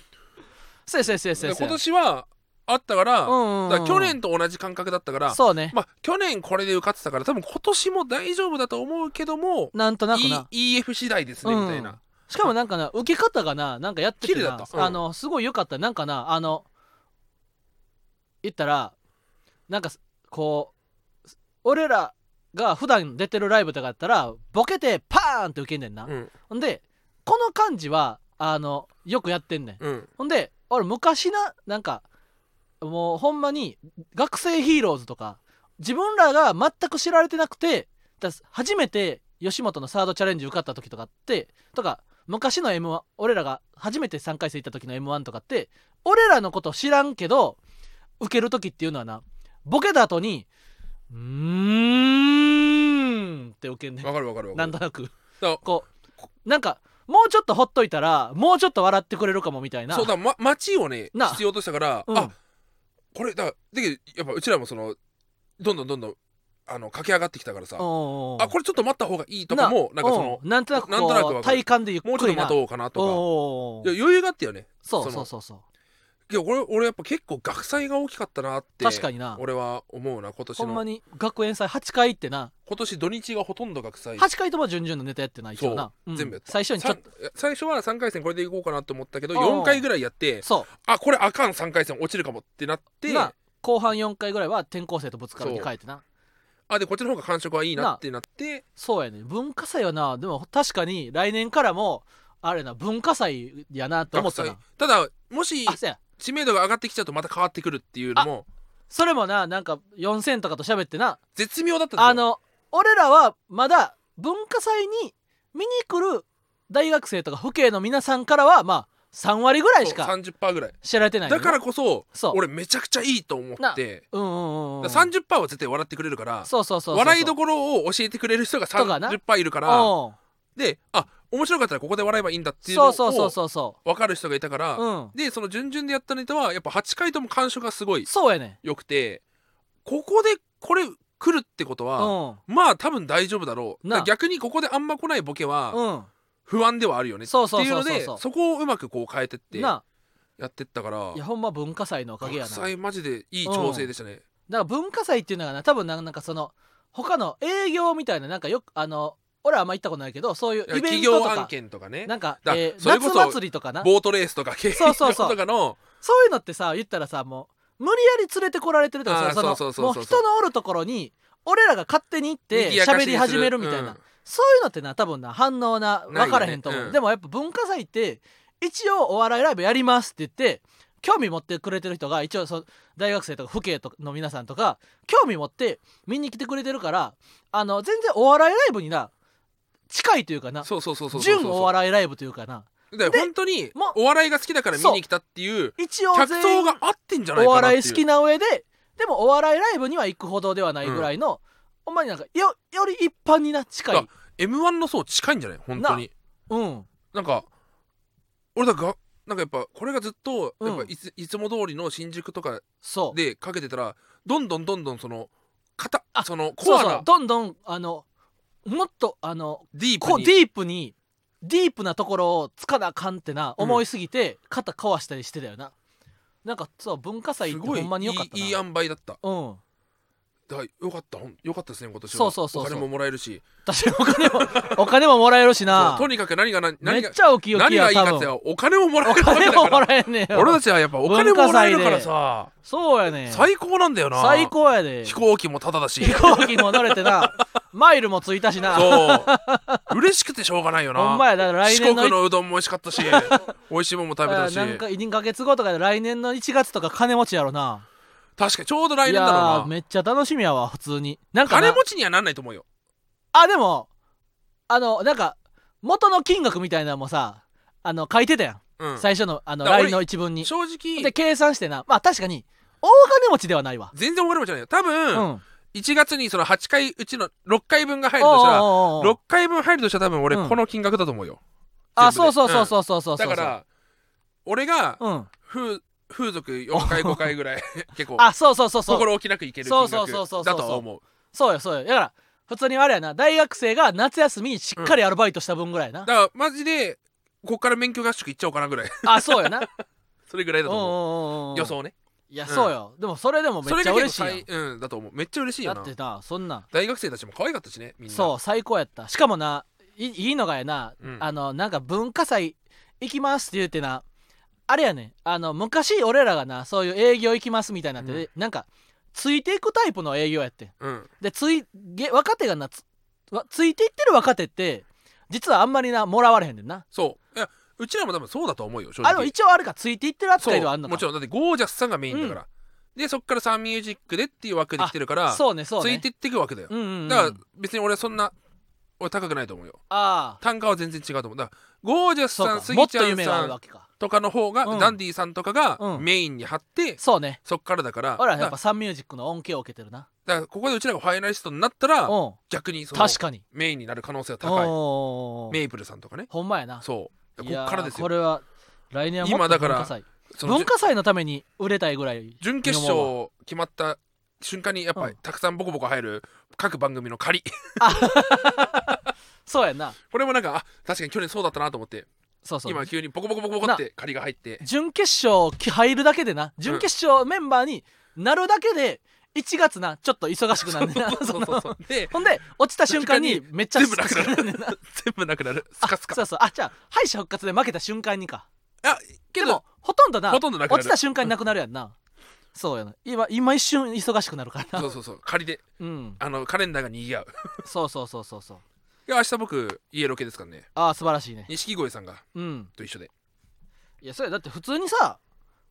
A: そうやそうやそう
B: で
A: や
B: 今年はあったから,、
A: うんうんうん
B: だから去年と同じ感覚だったから
A: そうね、
B: まあ去年これで受かってたから多分今年も大丈夫だと思うけども
A: なんとなくな、
B: E- EF 次第ですね、みたい
A: うん
B: な
A: しかもなんかな受け方がななんかやってて
B: 綺麗
A: な
B: だったうん
A: あのすごい良かったなんかなあの言ったらなんかこう俺らが普段出てるライブとかやったらボケてパーンって受けんねんな、
B: うん
A: ほんでこの感じはあのよくやってんねん
B: うん
A: ほんで俺昔ななんかもうほんまに学生ヒーローズとか自分らが全く知られてなくてだ初めて吉本のサードチャレンジ受かった時とかってとか昔の m 1俺らが初めて3回戦行った時の m 1とかって俺らのこと知らんけど受ける時っていうのはなボケた後に「うーん」って受けんねん
B: わかるわかるわか
A: なん
B: る
A: となく
B: だか
A: こうなんかもうちょっとほっといたらもうちょっと笑ってくれるかもみたい
B: ら
A: な
B: そうだ、ま、街をね
A: な
B: 必要としたから、
A: うん
B: あこれだだけどやっぱうちらもそのどんどんどんどんあの駆け上がってきたからさあ
A: おうおうおう
B: これちょっと待った方がいいとかもなんかその
A: うんなんとなくこう
B: なんとなくわかる
A: 体感でゆっくり
B: もう
A: な
B: ちょっと待とうかなと
A: おうおうおう
B: かいや余裕があったよね
A: そう
B: そ
A: そう
B: の
A: そうそう
B: いや俺俺やっぱ結構学祭が大きかったなって
A: 確かにな
B: 俺は思うな今年
A: ほんま
B: の
A: に学園祭8回ってな
B: 今年土日がほとんど学祭
A: 8回とも順々のネタやってない一応な、うん
B: 全部やった
A: 最初にちょっと
B: さん最初は3回戦これでいこうかなと思ったけど
A: うんうん
B: 4回ぐらいやって
A: そ
B: あこれあかん3回戦落ちるかもってなっ
A: う
B: て
A: な後半4回ぐらいは転校生とぶつかるに変えてな
B: あでこっちの方が感触はいいなってなって
A: そうやね文化祭はなでも確かに来年からもあれな文化祭やなと思
B: 学
A: った
B: 祭
A: な
B: ただもし
A: あそうや
B: 知名度が上がってきちゃうとまた変わってくるっていうのも
A: それもななんか4000とかと喋ってな
B: 絶妙だったんですよ
A: あの俺らはまだ文化祭に見に来る大学生とか父兄の皆さんからはまあ3割ぐらいし
B: そ
A: か
B: う30%ぐらい
A: 知られてないの
B: だ
A: よ
B: からこそ
A: そう
B: 俺めちゃくちゃいいと思って
A: うんうんうんうん
B: だから30%は絶対笑ってくれるから
A: そうそうそうそう
B: 笑いどころを教えてくれる人が
A: とかな
B: 30%いるから
A: うん
B: であ面白かったらここで笑えばいいんだっていうの
A: そうそうそうそ
B: を
A: うそ
B: 分かる人がいたから
A: ううん
B: でその順々でやったネタはやっぱ8回とも感触がすごい
A: そうやね
B: 良くてここでこれ来るってこと
A: う
B: は、
A: ん
B: まあ多分大丈夫だろう
A: な
B: だから逆にここであんま来ないボケは
A: うん
B: 不安ではあるよねって
A: そうそう
B: いう
A: そう
B: の
A: そう
B: で
A: そう
B: そこをうまくこう変えてってや
A: な
B: ってったから
A: いやほんま文化祭のおかげや
B: 国
A: なだか
B: 際マジでいい調整でしたね、
A: ら文化祭っていうのがな多分ななんかその他の営業みたいななんかよくあの俺はあんま行ったことないけどそういう
B: だから
A: イベ
B: 企
A: ント
B: 業
A: と
B: 案
A: か
B: 件とかね
A: なんか、
B: だ
A: えー
B: それこ
A: 夏
B: そ
A: 祭りとかな
B: ボートレースとか経営
A: そうそうそう
B: とかの
A: そういうのってさ言ったらさもう無理やり連れてこられてるとか
B: あー
A: さその
B: そうそう
A: も
B: そううそ
A: 人
B: うそう
A: のおるところに俺らが勝手に行って
B: 賑やかし
A: 喋
B: に
A: り始めるみたいな、
B: うん
A: そういうのってな多分な反応な
B: ないよね
A: 分からへんと思う、
B: うん
A: でもやっぱ文化祭って一応お笑いライブやりますって言って興味持ってくれてる人が一応そう大学生とか父兄とかの皆さんとか興味持って見に来てくれてるからあの全然お笑いライブにな近いというかな
B: そうそうそうそうそう
A: 純お笑いライブというかな
B: だから本当に
A: もう
B: お笑いが好きだから見に来たっていう
A: 一応
B: 客
A: 全員
B: 層が合ってんじゃない
A: お
B: かなって
A: 笑
B: いう
A: い好きな上ででもお笑いライブには行くほどではないぐらいの、ほんまになんかよより一般にな近い
B: あ m 1の層近いんじゃない本当に
A: うん
B: なんか俺だがなんかやっぱこれがずっと
A: うん
B: やっぱいつ,、いつも通りの新宿とか
A: そう
B: でかけてたらどんどんどんどんその型
A: あ
B: そのコ
A: そう
B: ア
A: そう
B: な
A: どんどんあのもっとあの
B: ディー
A: こ
B: プ
A: う
B: に
A: ディープにディープなところをつかなあかんってな思いすぎて、肩壊したりしてたよななんかそう文化祭っ
B: す
A: て
B: ご
A: ほ
B: い
A: んまによかった
B: い
A: ない
B: いい塩梅だった
A: うん
B: だからよかったほんよかったですね今年は
A: そうそうそうそう
B: お金ももらえるし
A: 確かにお金もお金ももらえるし
B: そ
A: な
B: うとにかく何が何
A: め
B: 何
A: っ
B: が
A: ちゃウキウキ
B: 何
A: や
B: がいいか
A: 多
B: って言った
A: 分
B: らお金ももらえ
A: お
B: るわけ
A: 金
B: だか
A: もも
B: ら
A: らえんねん
B: 俺たちはやっぱお金もらえるからさ
A: そうやねん
B: 最高なんだよな
A: 最高やで
B: 飛行機もタダだし
A: 飛行機も乗れて
B: *laughs*
A: なマイルもついたしな
B: そう嬉しくてしょうがないよな
A: ほんまやだから来
B: 四
A: 年
B: 国
A: の
B: のうどんも美味しか
A: *laughs*
B: ったし美味しいもんも食べた
A: あ
B: し
A: なんか2ヶ月後とかで来年の1月とか金持ちやろな
B: 確かにちょうど来
A: い
B: 年だろ
A: やー
B: うな
A: めっちゃ楽しみやわ普通になんかな
B: 金持ちにはなんないと思うよ
A: あでもあのなんか元の金額みたいなのもさあの書いてたやん、
B: うん
A: 最初のあの
B: だから
A: 来年
B: 俺
A: の一文に
B: 正
A: で
B: 直
A: 計算してなまあ確かに大金持ちではないわ
B: 全然お金持ちじゃないよ多
A: うん、
B: 分
A: おう
B: 1月にその8回うちの6回分が入るとしたら
A: おうおうおう
B: 6回分入るとしたら多分俺
A: うん
B: この金額だと思うよ
A: あ
B: 全部
A: そう
B: で
A: そうそうそうそうそうそう
B: だから俺が
A: うん
B: 風風俗4回5回
A: *laughs*
B: ぐらい結構
A: あそうそうそうそう
B: 心置きなくいける金
A: そうそうそうそうそう
B: 額だとは思う
A: そうよそうよだから普通にあれやな大学生が夏休みしっかりアルバイトした分ぐらいな、
B: だからマジでこっから免許合宿行っちゃおうかなぐらい *laughs*
A: あそうよな
B: それぐらいだと思う
A: おうおうおうおう
B: 予想ね
A: いやそうよ、でもそれでもめ
B: そ
A: っ
B: れ
A: ちゃ
B: が
A: 嬉
B: 結
A: しいや
B: 構
A: ん
B: 最うんだと思うめっちゃ嬉しいよ
A: だ
B: な
A: ってなそんなん
B: 大学生たちも可愛かったしねみんな
A: そう最高やったしかもないいいのがやな、
B: うん
A: あのなんか文化祭行きますって言うてなあれやねんあの昔俺らがなそういう営業行きますみたいになって、
B: うん
A: なんかついていくタイプの営業やってん
B: う、ん、
A: でついげ若手がなつわついていってる若手って実はあんまりなもらわれへんねんな
B: そういやうちらも多分そうだと思うよ正直
A: あでも一応あれかついていってる扱いではあんのか
B: そうもちろんだってゴージャスさんがメインだから、でそっからサンミュージックでっていう枠で来てるから
A: そうねそう
B: つ
A: ね
B: いてっていくわけだよ、
A: うんうんうん
B: だから別に俺はそんな俺高くないと思うよ
A: ああ
B: 単価は全然違うと思うだからゴージャス
A: そう
B: さ
A: か
B: んス
A: も
B: ギ
A: っ
B: ち
A: と
B: ゃん
A: 夢があ
B: さ
A: るわ
B: ん
A: けか
B: とかの方が、
A: うん
B: ダンディさんとかが
A: うん
B: メインに張って、
A: そうね
B: そっからだから
A: 俺らや
B: だ
A: っ
B: か
A: ぱサンミュージックの恩恵を受けてるな
B: らだからここでうちらがファイナリストになったら
A: うん
B: 逆にその
A: 確かに
B: メインになる可能性が
A: おー
B: 高
A: おーお
B: い
A: ー
B: メイプルさんとかね
A: ほんまやな
B: そう
A: い
B: こ
A: や
B: っ
A: ー
B: からです
A: こ
B: よ
A: れは来年はもっ
B: 今
A: と
B: だ
A: 文
B: から
A: 化祭
B: その
A: 文化祭のために売れたいぐらい
B: 準決
A: 見守
B: 勝決まった瞬間にやっぱ
A: う
B: り、
A: ん
B: たくさんボコボコ入る各番組の借り
A: そうやんな
B: これもなんかあ確かに去年そうだったなと思って
A: そうそう
B: 今急にボコボコボコボコって借りが入って
A: 準決勝き入るだけでな準決勝メンバーになるだけで1月なちょっと忙しくなるねんな
B: *laughs* そうそうそうで
A: ほんで落ちた瞬間にめっちゃ
B: 全部なくな
A: る
B: る
A: *laughs*
B: 全部なくなるスカスカ
A: そうそうあじゃあ敗者復活で負けた瞬間にか
B: あけ
A: で
B: ど
A: もほとんどな
B: ほとんどなくなる
A: 落ちた瞬間になくなるやんな、そうやな今今一瞬忙しくなるから
B: そ
A: な
B: うそうそう借りで
A: うん
B: あのカレンダーが賑わう
A: そうそうそうそうそう
B: いや明日僕家ロケですからね
A: ああ素晴らしいね
B: 錦鯉さんが
A: うん
B: と一緒で
A: いやそれだって普通にさ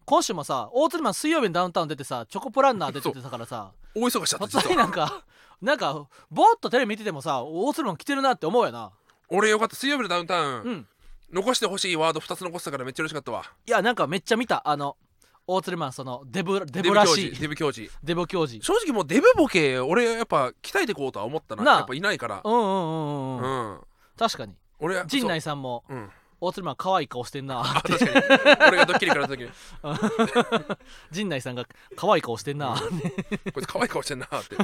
A: 今週もさ大鶴マン水曜日のダウンタウン出てさチョコプランナー出てたからさ
B: 大忙しだった
A: 突
B: 実
A: 然
B: は
A: なんかなんかぼーっとテレビ見ててもさ大鶴マン来てるなって思うやな
B: 俺よかった水曜日のダウンタウン、
A: うん
B: 残してほしいワード2つ残したからめっちゃ嬉しかったわ
A: いやなんかめっちゃ見たあの大鶴マンそのデブデ
B: デ
A: ブ
B: ブ教
A: らしい
B: 授デブ教授
A: デブ教授
B: 正直もうデブボケ俺やっぱ鍛えてこうとは思ったな
A: なあ
B: やっぱいないから
A: うんうんうん
B: う
A: うん、うん、
B: ん
A: 確かに
B: 俺は
A: 陣内さんも
B: そううん
A: 大鶴マン可愛い顔してんな
B: あ確かに俺がドッキリからの時に
A: 陣内さんが可愛い顔してんな、
B: こいつ可愛い顔してんなって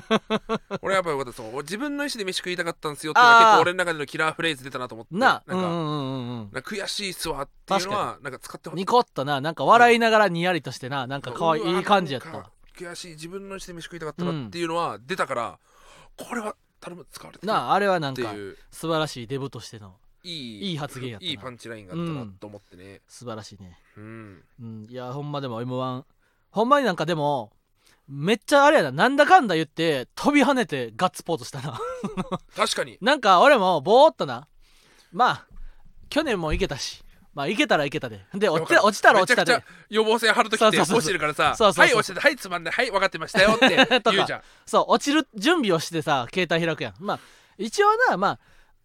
B: 俺やっぱよかったそう自分の意思で飯食いたかったんですよっていうのは
A: あー
B: 結構俺の中でのキラーフレーズ出たなと思って
A: な
B: なん
A: うんう
B: か
A: んうんうんうん
B: なんか悔しいっすわっていうのはなんか使ってほしい
A: ニコッとななんか笑いながらにやりとしてななんか可愛
B: うわ
A: いいい感じやっ
B: なん
A: た
B: か悔しい自分の意思で飯食いたかったなっていうのは出たからこれは頼む使われてる
A: なああれはなん
B: って
A: か
B: いう
A: 素晴らしいデブとしての
B: いい
A: いい発言やったない
B: いパンチラインがあったなと思ってね
A: 素晴らしいね
B: うん
A: うんいやほんまでも m 1ほんまになんかでもめっちゃあれやななんだかんだ言って飛び跳ねてガッツポーズしたな *laughs*
B: 確かに
A: なんか俺もぼーっとなまあ去年もいけたしまあいけたらいけたでで落ちた落ちたら落ちた
B: めちゃ
A: で
B: くちゃ予防線張るとき
A: そう
B: っ
A: そう
B: て
A: そうそう
B: 落ちてるからさ
A: そうそうそう
B: はい落ちてたはいつまんないはい分かってまし
A: *laughs*
B: たよって
A: とか
B: 言うじゃん
A: そう落ちる準備をしてさ携帯開くやんまあ一応なまあ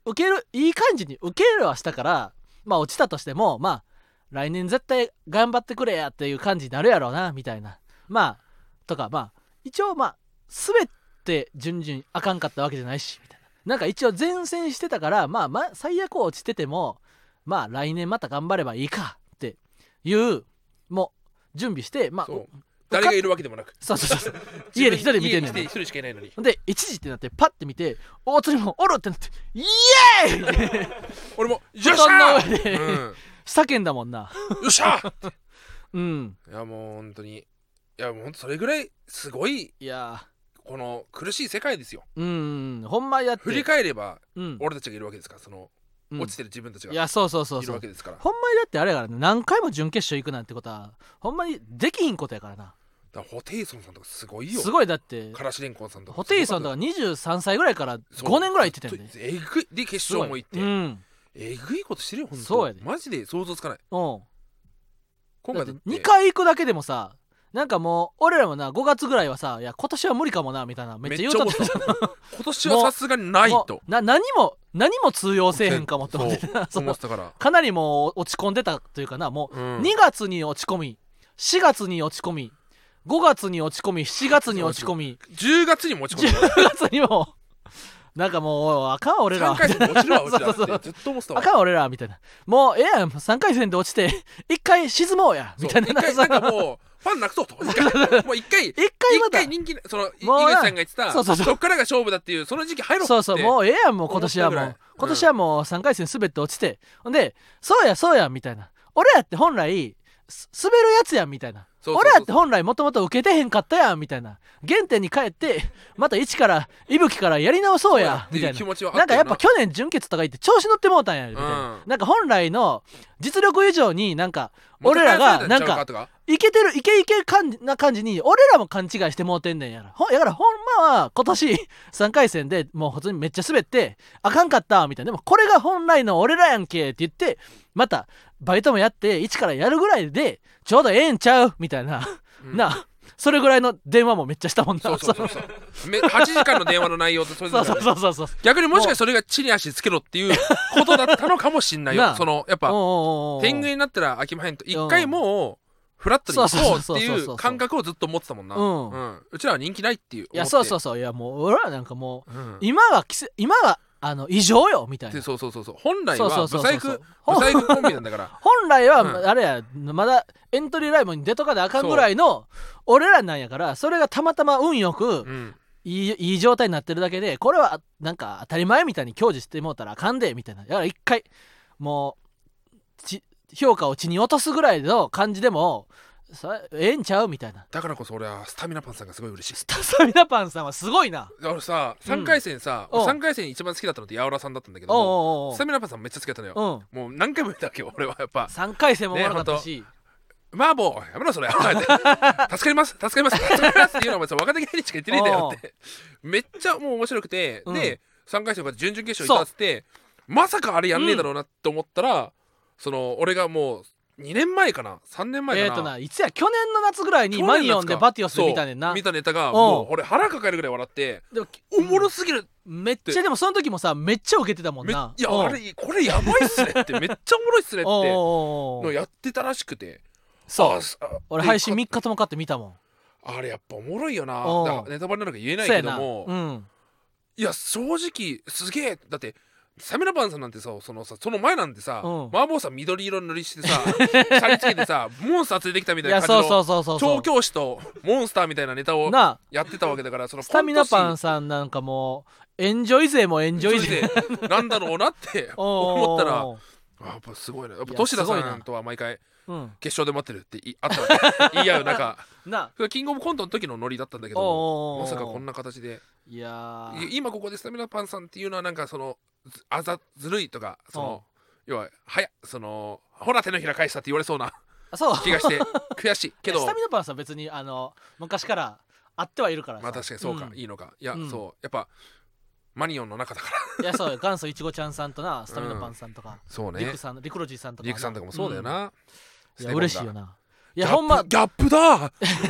A: 受けるいい感じに受けるはしたからまあ落ちたとしてもまあ来年絶対頑張ってくれやっていう感じになるやろうなみたいなまあとかまあ一応まあ滑って順々あかんかったわけじゃないしみたいななんか一応前線してたからまあまあ最悪落ちててもまあ来年また頑張ればいいかっていうもう準備してまあ
B: そう誰がいるわけでもなく
A: そうそうそうそう家で一人で見てんね
B: 自
A: ん
B: 分家に一人しかいないのに
A: ほんで一時ってなってパッて見て大鶴もおるってなってイエーイって
B: 俺もよっしゃ
A: 布団の上で
B: ー、
A: 叫んだもんな
B: うん、よっしゃー
A: うん
B: いやもう本当にいやもう本当それぐらいすごい
A: いや
B: この苦しい世界ですよ
A: ーうんほんまやって
B: 振り返れば
A: うん
B: 俺たちがいるわけですからその、
A: うん
B: 落ちてる自分たちが
A: い
B: い
A: やそうそうそう
B: る
A: そう
B: わけですからだ
A: ほ
B: か
A: んまにだってあれやからね何回も準決勝行くなんてことはほんまにできひんことやからな
B: らホテイソンさんとかすごいよ
A: すごいだって
B: カラシレンコンさんとか
A: ホテイソンとか23歳ぐらいから5年ぐらい行ってたんで
B: そうえぐいで決
A: すご
B: 勝
A: い
B: も行って、
A: うん
B: えぐいことしてるよ本当
A: そうやで
B: マジで想像つかない
A: うんだ
B: 今回
A: って
B: だって
A: 2回行くだけでもさなんかもう俺らもな5月ぐらいはさいや今年は無理かもなみたいなめっちゃ言うとった
B: めっちゃ思ってた今年はさすがにな
A: *laughs*
B: い
A: も
B: と
A: うな何も何も通用せえへんかもって思って
B: そう
A: なそ
B: 思っ
A: の
B: てたから、
A: かなりもう落ち込んでたというかなもう、
B: うん
A: 2月に落ち込み4月に落ち込み5月に落ち込み7月に落ち込み
B: 10月に持ち込んだ
A: 10月にもなんかもうあかん俺ら
B: 3回戦で落ちる
A: *laughs*
B: わ落ちるわ
A: そうそう
B: ってずっと思ってたわ
A: あかん俺らみたいなもうええやん3回戦で落ちて1回沈もうや
B: そう
A: みたいな
B: 一回なん
A: *laughs*
B: かもうファン泣くぞと一回もう一回
A: 1回ま
B: 一
A: た
B: 回人気そのい井
A: もうな
B: 口さんが言ってた
A: そうそうそう
B: っからが勝負だっていうその時期入ろうって
A: そうそうも
B: う
A: うええやんもう今年はも
B: 思ったぐら
A: う
B: いうん
A: 今年はもう3回戦滑って落ちてほんでそうやそうやみたいな俺やって本来す滑るやつやんみたいな
B: そうそうそ
A: 俺
B: う
A: やって本来もともと受けてへんかったやんみたいな原点に帰って *laughs* また一から息吹からやり直そうや
B: そ
A: み
B: う
A: た
B: や
A: い
B: っていう気持ち
A: な
B: はあ
A: なん
B: った
A: か
B: よ
A: や
B: な
A: っぱ去年準決とか行って調子乗ってもうたんやみたいな
B: うん
A: なんか本来の実力以上になんか俺らがなんかいけてるいけいけ感じな感じに俺らも勘違いしてもうてんねんやらほやからほんまは今年 *laughs* 3回戦でもう普通にめっちゃ滑ってあかんかったみたいなでもこれが本来の俺らやんけって言ってまたバイトもやって一からやるぐらいでちょうどええんちゃうみたいな、
B: うん
A: なそれぐらいの電話もめっちゃしたもんな
B: そうそうそうそうめ8時間の電話の内容とそれぞ
A: そ
B: れ
A: うそうそうそうそう
B: 逆にもしかしてそれが地に足つけろっていうことだったのかもしんない
A: な
B: よ
A: あ
B: その
A: お
B: やっ
A: う
B: ぱ
A: おうおうおう
B: 天狗になったら飽きまへんと一回もうフラットに
A: そうそ
B: 行こ
A: う
B: うっ
A: そう
B: て
A: そうそう
B: いう感覚をずっと持ってたもんな、
A: うん
B: うちらは人気ないっていう、
A: いやそうそううそういやもう俺らなんかもう
B: うん
A: 今は季節今はあの異常よみたい
B: で
A: な
B: そうそうそうそう本来
A: そうそ
B: は
A: う
B: ブ
A: そう
B: サ
A: そ
B: イ
A: うそう
B: クブサイクコンビなんだから
A: *laughs* 本来は、
B: うん
A: あれやまだエントリーライブに出とかであかんぐらいの俺らなんやからそれがたまたま運よく、
B: うん
A: いいいい状態になってるだけでこれはなんか当たり前みたいに享受してもうたらあかんでみたいなだから一回もうち評価を地に落とすぐらいの感じでもさええんちゃうみたいな
B: だからこそ俺はスタミナパンさんがすごい嬉しい
A: スタスタミナパンさんはすごいな
B: 俺さ
A: うん
B: 3回戦さ、
A: うん
B: 3回戦一番好きだったのって八百さんだったんだけども
A: おうおうおう
B: スタミナパンさんめっちゃ好きだったのよ、
A: うん
B: もう何回も言ったわけよ俺はやっぱ
A: 3回戦もおもろかったし、
B: 「まあもうやめ
A: *laughs*
B: ろそれ」助かります助かります助かります」っていうのはお前さ若手芸人しか言ってねえんだよってめっちゃもう面白くて、
A: うん
B: で3回戦から準々決勝行ったっつってまさかあれやんねえだろうなって思ったら、その俺がもう2年前かな3年前
A: えっ、
B: か
A: と
B: な、
A: ないつや去年の夏ぐらいにマニオンでバティオスで見たねん
B: そ
A: な
B: う見たネタが
A: ん
B: もう俺腹抱えるぐらい笑って
A: でも
B: おもろすぎる
A: めっちゃでもその時もさめっちゃウケてたもん
B: めい
A: な
B: や
A: うん
B: あれこれやばいっすねって
A: *laughs*
B: めっちゃおもろいっすねっ
A: おうお
B: て
A: うおうお
B: の
A: う
B: やってたらしくて
A: そう
B: あすあ
A: 俺
B: で
A: 配信3日とも買って見たもん
B: あれやっぱおもろいよな
A: おう
B: だからネタバレなのか言えない
A: そうや
B: けど
A: な
B: も
A: うん
B: いや正直すげえだってサメラバンさんなんてさそのさその前なんてさ、
A: うん
B: 麻婆さん緑色の塗りし
A: *laughs*
B: てさシャリつけてさモンスター連れてきたみ
A: い
B: たいな
A: や
B: 感
A: そう
B: じ
A: そ
B: の
A: うそうそうそう
B: 調教師とモンスターみたいなネタを
A: なあ
B: やってたわけだからその
A: スタミナパ
B: コ
A: ン
B: ト
A: さんなんかもうエンジョイ勢もエンジョイ
B: 師
A: 勢
B: でなんだろうなって思
A: *laughs* お
B: っ
A: ー
B: たらあやっぱすごいねやっぱ
A: いや
B: 年田
A: すごい
B: さ
A: なん
B: とは毎回
A: うん
B: 決勝で待ってるっていあったわ言い合う中 *laughs*
A: な
B: それキングオブコントの時のノリだったんだけ
A: おー
B: どまさかこんな形で
A: いやー
B: い今ここでスタミナパンさんっていうのはなんかそのずあざずるいとかその要ははやそのほら手のひら返したって言われそうな
A: あそう
B: 気がして悔しいけ
A: いや
B: ど
A: スタミナパンさん別にあの昔からあってはいるからさ
B: まあ確かにそうか、
A: ん
B: いいのかいや、
A: うん
B: そうやっぱマニオンの中だから
A: いやそうよ元祖いちごちゃんさんとなスタミナパンさんとか、
B: そう
A: リ
B: ね
A: クさんリクロジーさんとか
B: リクさんとかもそうだよ、
A: う
B: な、
A: ん
B: ス
A: い
B: テ
A: や
B: ゴンが
A: 嬉しいよない
B: い
A: やほんま
B: ギャップだ
A: *laughs*
B: 捨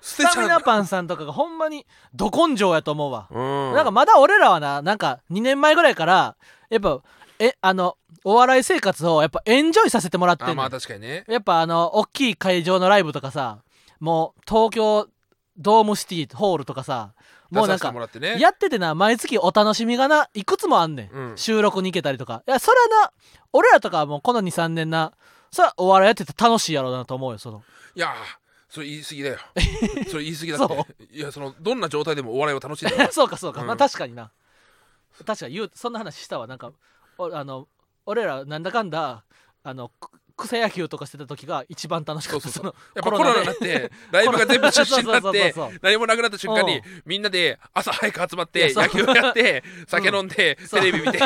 A: ス
B: てち
A: タ
B: ゃ
A: ミ
B: う
A: ナパンさんとかがほんまにど根性やと思うわ
B: うん
A: なんかまだ俺らはななんか2年前ぐらいからやっぱえあのお笑い生活をやっぱエンジョイさせてもらってんね
B: あ
A: ん
B: まあ確かにね
A: やっぱあの大きい会場のライブとかさもう東京ドームシティホールとかさもう
B: 出
A: なん
B: させて
A: か
B: もらってね
A: やっててな毎月お楽しみがないくつもあんねん、
B: うん
A: 収録に行けたりとかいやそれはな俺らとかはもうこの23年なそれはお笑いやってて楽しいやろうなと思うよその
B: いやーそれ言い過
A: *laughs*
B: ぎだよそれ言い過ぎだ
A: そ
B: っていやそのどんな状態でもお笑いを楽しんでる
A: *laughs* そうかそうか、
B: うん
A: まあ確かにな確かに言うそんな話したわなんかおあの俺らなんだかんだあのく草野球とかしてた時が一番楽しかった
B: そうそ
A: そ
B: う
A: の
B: やっぱコロナになってライブが全部中止にな
A: *laughs* そ
B: っ
A: うそう
B: て
A: そうそう
B: 何もなくなった瞬間
A: う
B: に
A: ん
B: みんなで朝早く集まっ
A: いや
B: て
A: そう
B: 野球やって酒飲んで
A: そう
B: テレ
A: *laughs*
B: ビ見て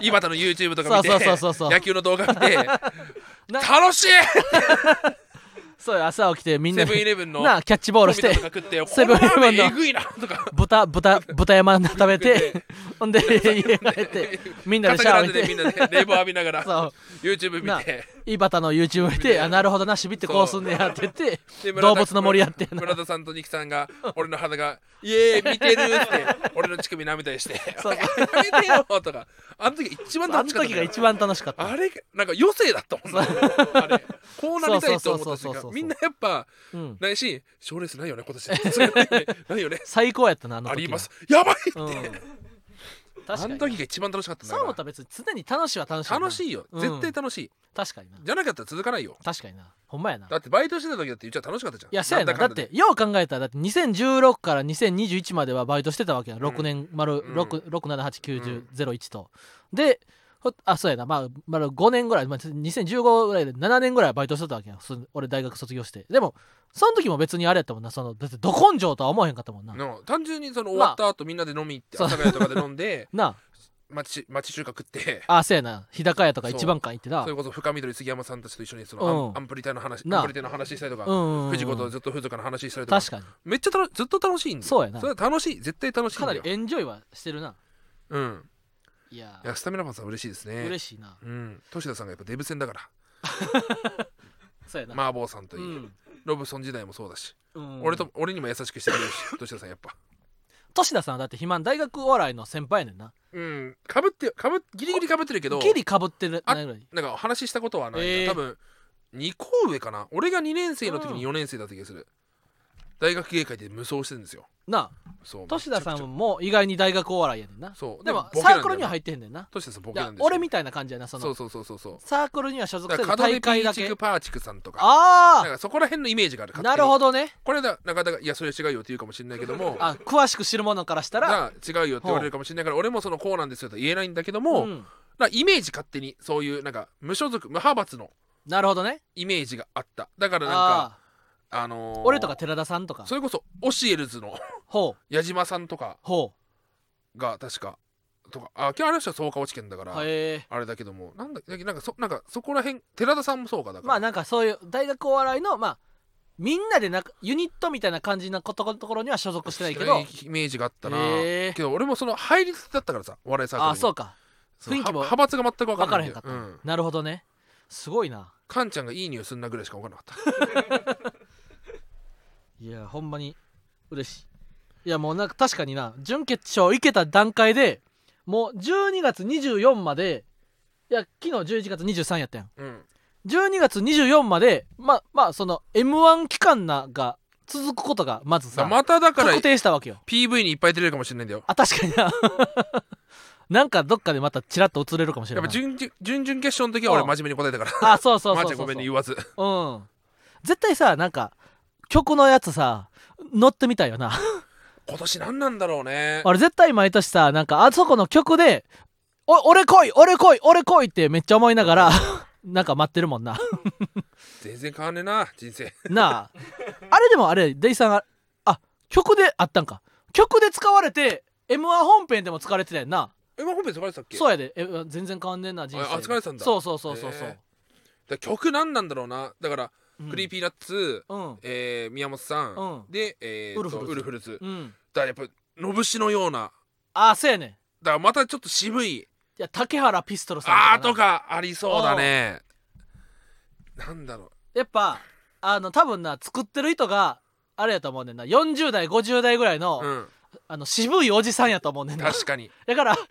B: 井端の YouTube とか見て
A: そうそうそうそう
B: 野球の動画見て
A: な
B: 楽しい
A: そうよ朝起きてみんな
B: セ
A: で
B: ブンイレブンの
A: なあキャッチボールし
B: コン *laughs*
A: て
B: ビとか食ってこ
A: セブン
B: の
A: イレ
B: ラー
A: ブ
B: メ
A: ン
B: ン
A: の
B: えぐいなとか
A: 豚豚豚山食べ
B: *laughs* 食
A: て *laughs* ほんで家帰ってみんなで
B: 肩
A: シャワー
B: 並
A: 見
B: んでてみ
A: て
B: んなで冷房浴びながら
A: そう
B: YouTube
A: な
B: 見て
A: 井端の YouTube 見てあなるほどなしびってこうすんねやって言って
B: で村
A: 動
B: 田
A: 物の森やってな
B: 村田さんとニキさんが俺の肌が「イエーイ見てる!」って俺の乳首舐めたりして「
A: そう
B: やめてよ!」とかあの時一番
A: *laughs* あの
B: 楽しかった
A: 時
B: か
A: が
B: ら
A: 一番楽しかった
B: あれなんか余生だったもんなあれこうなりたいと思った
A: そうそうそうそう
B: 瞬
A: そう
B: 間みんなやっぱ
A: うん
B: ないし賞レースないよね
A: *laughs*
B: 今年そういうのねないよね
A: 最高やったなあの時
B: あ
A: は
B: りますやばいって
A: うん確
B: あ
A: か
B: の
A: に
B: 時が一番楽しかったんだ
A: そう思った
B: から
A: 別に常に楽しいは楽しい
B: ら楽し
A: い
B: いよ
A: うん
B: 絶対楽しい
A: 確かにな
B: じゃなかったら続かないよ
A: 確かになほんまやな
B: だってバイトしてた時だってうちは楽しかったじゃん
A: いやそうやなだ
B: か
A: っ
B: んで
A: てよう考えたらだって2016から2021まではバイトしてたわけや
B: ん
A: 6年丸
B: うん
A: 6789001と、でほあそうやなまあ丸5年ぐらい、まあ、2015ぐらいで7年ぐらいバイトしてたわけやそ俺大学卒業してでもその時も別にあれやったもんなそのだってど根性とは思えへんかったもんな、
B: の単純にその終わった後みんなで飲み行って
A: そう
B: 朝霞とかで飲んで *laughs*
A: な
B: 町町中華食って
A: ああそうやな日高屋とか
B: そう
A: 一番館行ってな
B: それこそ深緑杉山さんたちと一緒にそ
A: うん
B: のアンアンプリ隊の話
A: なあ
B: アンプリ隊の話したりと
A: うん
B: か
A: うんうんうん
B: 藤子とずっと風俗の話したりとか
A: 確かに
B: めっちゃたのずっと楽しいんだよ
A: そうやな
B: それは楽しい絶対楽しいん
A: かな
B: だ
A: り
B: よ
A: エンジョイはしてるな
B: うん
A: いや
B: いやスタミナパンさん嬉しいですね
A: 嬉しいな
B: うん、とし田さんがやっぱデブ戦だから
A: そうやな、
B: 麻婆さんといい、
A: うん
B: ロブソン時代もそうだし、
A: うん
B: 俺と俺にも優しくしてくれるし年田さんやっぱ
A: 年田さんはだって肥満大学お笑いの先輩やねんな
B: うんかぶってかぶギリギリかぶってるけど
A: ギリかぶってるないぐらい
B: なんか話したことはないな、
A: えー
B: 多分2校上かな俺が2年生の時に4年生だった気がする、大学芸会で無双してるんですよ
A: なあ
B: そう
A: 年田さん
B: も
A: も意外に大学お笑いやねんな
B: そう
A: でも
B: ボケなんだ
A: サ
B: よ
A: ークルには入ってへんねんな
B: 年田さんボ
A: い
B: ケな
A: や
B: んですよ
A: 俺みたいな感じやなそ
B: そう
A: の
B: そうそうそうそう
A: サークルには所属
B: だ
A: す
B: か
A: る
B: ら角
A: 大
B: 部ピ
A: 会だ
B: ーチ
A: け
B: クパーチクさんとかだか
A: あ
B: らそこら辺のイメージがある
A: あ
B: 勝手
A: な
B: に
A: るほどね
B: これだなかなかいやそれは違うよって言うかもしれないけども
A: あ詳しく知るものからしたら
B: なあ違うよって言われるかもしれないから俺もそのこうなんですよと言えないんだけども、
A: うん
B: なイメージ勝手にそういうなんか無所属無派閥の
A: なるほどね
B: イメージがあっただからなんか
A: ああ
B: あのー
A: 俺とか寺田さんとか
B: それこそオシエルズの *laughs*
A: ほう
B: 矢島さんとか
A: ほ
B: が確かとかあ今日あの人は草加落ち県だから、
A: うへえ
B: あれだけどもなんだなんかそなんかそこら辺寺田さんもそうかだから、
A: まあなんかそういう大学お笑いのまあみんなでなんかユニットみたいな感じのことところには所属してないけど
B: してないイメージがあったな、
A: へえ
B: けど俺もその入りだったからさお笑いサークル
A: あ
B: に
A: あそうか
B: その
A: 雰囲気も
B: 派閥が全く
A: 分
B: 分かんな
A: から
B: い
A: へ
B: ん
A: ん
B: だ
A: か
B: よ
A: った、
B: うん
A: なるほどねすごいな
B: カンちゃんがいい匂いすんなぐらいしか分からなかっ
A: いやほんまに嬉しいいやもうなんか確かにな準決勝行けた段階でもう12月24までいや昨日11月23やったやん *laughs*
B: たうん
A: 12月24までまあまあその m 1期間なが続くことがまず
B: だ
A: さ
B: まただから
A: 確定したわけよ
B: PV にいっぱい出れるかもしれないんだよ
A: あ確かにな *laughs* なんかどっかでまたチラッと映れるかもしれ
B: やっ
A: な
B: ぱ
A: い
B: 準々準々決勝の時は俺
A: うん
B: 真面目に答えたから
A: あそうそう
B: ま
A: そ
B: ー
A: う
B: ち
A: そ
B: ゃ
A: うんそ
B: ご
A: う
B: めんね言わず
A: うん絶対さなんか曲のやつさ乗ってみたい
B: *laughs*
A: よな
B: 今年何なんだろうね
A: あれ絶対毎年さなんかあそこの曲で「お俺来い俺来い俺来い」ってめっちゃ思いなが
B: *laughs*
A: らなんか待ってるもんな
B: 全然変わんねえな人生
A: なああれでもあれデイさんがあ曲であったんか曲で使われて m 1本編でも使われてたやんな
B: えまあ本編疲れてたっけ
A: そうやでえ全然変わんねんな人生
B: ああ疲れてたんだ
A: そうそうそうそうそう、
B: へだから曲何なんだろうなだから、
A: うん
B: クリーピーナッツ、
A: うん
B: えー宮本さん、
A: うん
B: で、えー、とウ
A: ウ
B: ル
A: ル
B: フ
A: フ
B: ルズ
A: うん
B: だからやっぱのぶしのような
A: あそうやねんい
B: だからまたちょっと渋い
A: や竹原ピストルさん
B: あー
A: な
B: とかありそうだねなんだろう
A: やっぱあの多分な作ってる人があれやと思うねんな40代50代ぐらいの、
B: うん、
A: あの渋いおじさんやと思うねんな
B: 確かに
A: だからこ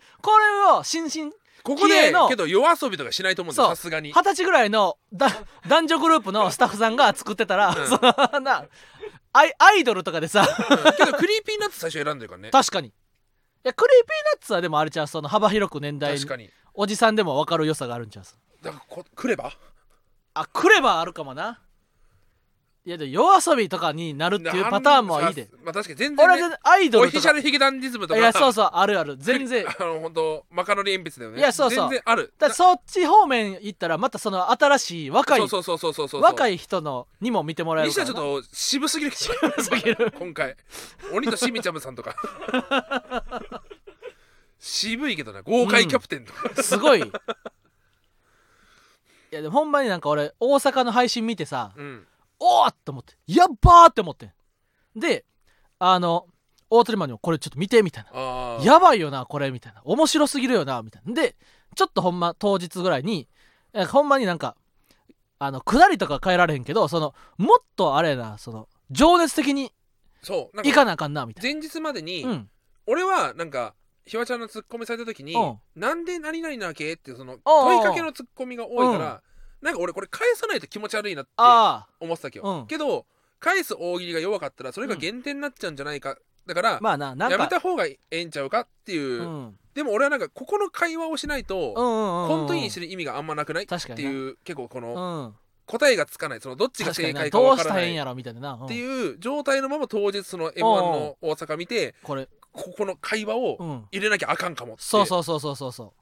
A: れを新進
B: ここ
A: 綺
B: で
A: 麗の
B: けど夜遊びとかしないと思うんだよ
A: そう
B: さすがに
A: *laughs* 二十歳ぐらいのだ男女グループのスタッフさんが作ってたら、
B: ん
A: そのなアイアイドルとかでさ
B: うんけどクリーピーナッツ最初選んでるからね
A: 確かにいやクリーピーナッツはでもあれちゃうその幅広く年代
B: 確かに
A: おじさんでも分かる良さがあるんちゃう
B: だからこ来れば
A: あ来ればあるかもないやでも夜遊びとかになるっていうパターンもいいで
B: なんまあ確かに全
A: 俺は
B: 然、ね、
A: 全然アイド
B: オ
A: ル
B: フィ
A: と
B: シャ
A: か
B: ルヒゲダンディズムと
A: い
B: か
A: やそうそうあるある全然
B: あの本当マカロニ鉛筆だよね
A: いやそうそう
B: 全然ある
A: だからそっち方面行ったらまたその新しい若い
B: そうそうそうそうそうそう
A: 若
B: い
A: い人のにも見てもらえ
B: に
A: る
B: して
A: か
B: は
A: らな
B: ちょっと渋すぎる渋
A: すぎる
B: 今回鬼としみちゃむ
A: *laughs*
B: さんとか渋いけどな豪快キャプテンとか、
A: すごいいやでもほんまになんか俺大阪の配信見てさ、
B: うん
A: おーっと思ってやっばーって思ってんであの大鳥マンにもこれちょっと見てみたいな
B: ああ
A: やばいよなこれみたいな面白すぎるよなみたいなでちょっとほんま当日ぐらいになんかほんまになんかあの下りとか変えられへんけどそのもっとあれやなその情熱的に
B: そうなん
A: い
B: か
A: かなあかんなみたい
B: 前日までに、
A: なうん
B: 俺はなんかひわちゃんのツッコミされた時に
A: うん
B: 「なんで何々なわけ?」ってその
A: おうおう
B: 問いかけのツッコミが多いからなんか俺これ返さないと気持ち悪いなって
A: あ
B: 思ってたわけ
A: う
B: よ
A: ん
B: けど返す大喜利が弱かったらそれが減点になっちゃうんじゃないかだから
A: あまあななんか
B: やめた方がええんちゃうかっていううんでも俺はなんかここの会話をしないとコ
A: コ
B: ントインしてる意味があんまなくないっ
A: 確か
B: て
A: にな
B: いう結構こ
A: う
B: の
A: ん
B: 答えがつかないそのどっちが
A: 確か
B: 正
A: にな
B: 解か
A: ど
B: わ
A: う
B: か
A: し
B: ら
A: た
B: な
A: らええん
B: いっ
A: やろみたいなな、うん
B: ていう状態のまま当日その M1 の大阪見て
A: これ
B: ここの会話
A: う
B: を
A: ん
B: 入れなきゃあかんかもって
A: そうそうそうそうそうそ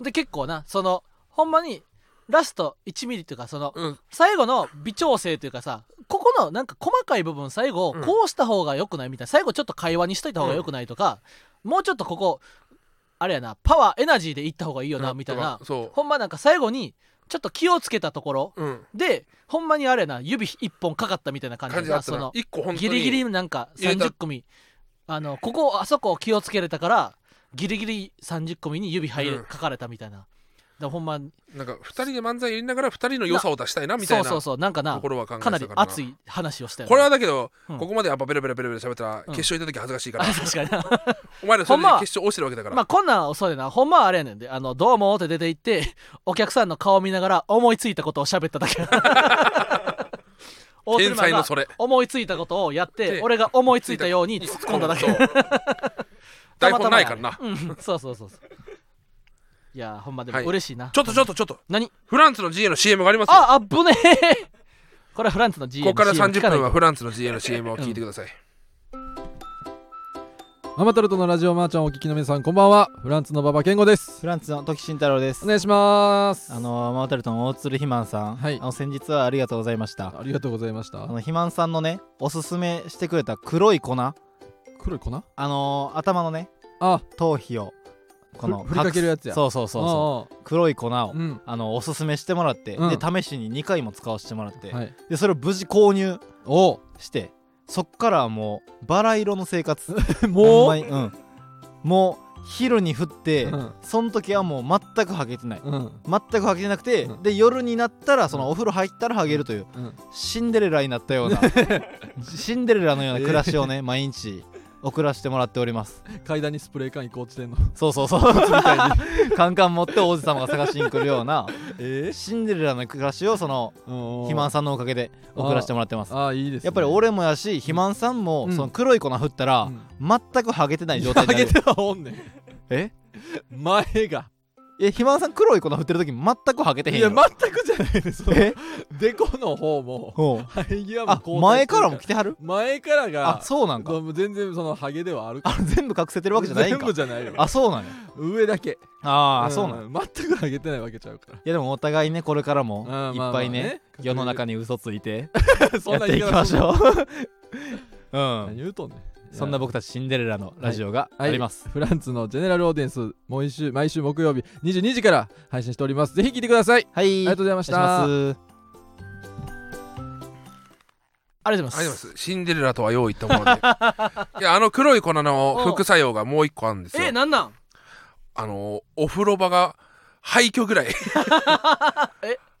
A: うで結構なそのほんまにラスト1ミリっていうかその、
B: うん
A: 最後の微調整というかさここのなんか細かい部分最後
B: うん
A: こうした方が良くないみたいな、最後ちょっと会話にしといた方が良くないとか、もうちょっとここあれやなパワーエナジーでいった方がいいよなみたいな
B: とかそ
A: ほんまなんか最後にちょっと気をつけたところ
B: う、うん、
A: でほんまにあれやな指一本かかったみたいな感じや
B: 感じだ
A: な
B: っ
A: そ
B: たな
A: の
B: 一個本当
A: ギ
B: に
A: リギリなんか30組あのここあそこを気をつけれたからギリギリ30組に指入れ
B: うん
A: 書かれたみたいな、らほんま
B: なんか2人で漫才やりながら2人の良さを出したいなみた
A: そ
B: いうな
A: そう
B: と
A: そうなんかな
B: ころは考えて
A: か
B: た
A: な
B: から
A: り
B: な
A: 熱い話をしたよね
B: これはだけど、
A: うん
B: ここまでやっぱベラベラベラベラ喋ったら
A: うん
B: 決勝行った時恥ずかしいか
A: あ
B: ら、
A: *laughs* 確かにな
B: お前らそれで
A: ほんまは
B: 決勝落ちてるわけだから、
A: まあこんなんそうやなほんまはあれやねんで「あのどうも」って出て行
B: *laughs*
A: ってお客さんの顔見ながら思いついたことを喋っただけ
B: 天才のそれ
A: 思いついたことをやって
B: で
A: 俺が思いついたように突っ込んだだけ *laughs*
B: そう台本ないからな、
A: たまたまやねうんそうそうそうそういやーほんまでも
B: はい
A: 嬉しいな、
B: ちょっとちょっとちょっと
A: 何
B: フランスの GA の CM がありますよ
A: ああぶねえ *laughs* これはフランスの GM
B: ここから30分
A: は
B: はフランスの GA の CM を聞いてください、
C: ママタルトのラジオマーちゃんをお聞きの皆さんこんばんはフランスの馬場健吾です
D: フランツの時慎太郎です
C: お。願いします
D: あのマウタルトの大鶴ひまんさん、
C: はい
D: あの先日はありがとうございました。
C: ありがとうございました
D: あのひまんさんのねおすすめしてくれた黒い粉、あ
C: 黒い粉あ
D: の頭のね
C: あ
D: 頭皮をこの
C: ふりかけるやつや
D: そうそうそうそ
C: そう
D: 黒い粉を
C: うん
D: あのおすすめしてもらって、
C: うん
D: で試しに2回も使わせてもらって、
C: はい
D: でそれを無事購入
C: お
D: してそっからはもうバラ色の生活ほん
C: *laughs* も
D: ま
C: う
D: にうんもう昼に降って、
C: うん
D: その時はもう全くはげてない。
C: うん
D: 全くはげてなくて、
C: うん
D: で夜になったらそのお風呂入ったらはげるという、
C: うん
D: シンデレラになったような *laughs* シンデレラのような暮らしをね毎日送らせてもらっており
C: *laughs*
D: ます
C: 階段にスプレー缶移行してんの
D: そうそうそうみたいにカンカン持って王子様が探しに来るよう
C: *laughs*
D: な
C: え
D: シンデレラの暮らしをその
C: 肥
D: 肥満さんのおかげで送らせてもらってます
C: ああいいですね
D: やっぱり俺もやし肥満さんも、
C: うん
D: その黒い粉振ったら、
C: うん
D: 全くはげてない状態
C: あ
D: にな
C: げ
D: る
C: てはおんねん
D: え
C: 前が
D: え肥満さん黒い粉振ってる時全くはげてへん
C: い
D: よ
C: や全くじゃないです
D: え
C: デコの方も
D: ほう
C: 生え際も
D: あ
C: 後退
D: 前からも
C: して
D: 来てはる
C: るから前から
D: あ
C: が
D: そうなんか
C: どう全然そのハゲではある
D: あ全部隠せてるわけじゃないん
C: 全
D: か
C: 部じゃないよ
D: あそうなんや
C: 上だけ
D: ああ、
C: ん
D: そうなんやい
C: 全くハゲてないわけちゃうから
D: やでもお互いねこれからも
C: うん
D: いっぱいね,、世
C: *laughs*
D: の中に嘘ついて
C: に
D: やっていきましょう *laughs* う
C: 何
D: ん
C: 言うとんね
D: そんな僕たちシンデレラのラジオがあります、
C: フランスのジェネラルオーディエンス毎週毎週木曜日22時から配信しておりますぜひ聞いてくださいあ
D: はい、
C: りがとうございました
D: お願いします
A: ありがとうございます
B: ありがとうございますシンデレラとはよう言った
A: *laughs*
B: ものでいやあの黒い粉の副作用がもう一個あるんですよ
A: えなんなん
B: あのお風呂場が廃墟
A: *laughs*
B: ぐらい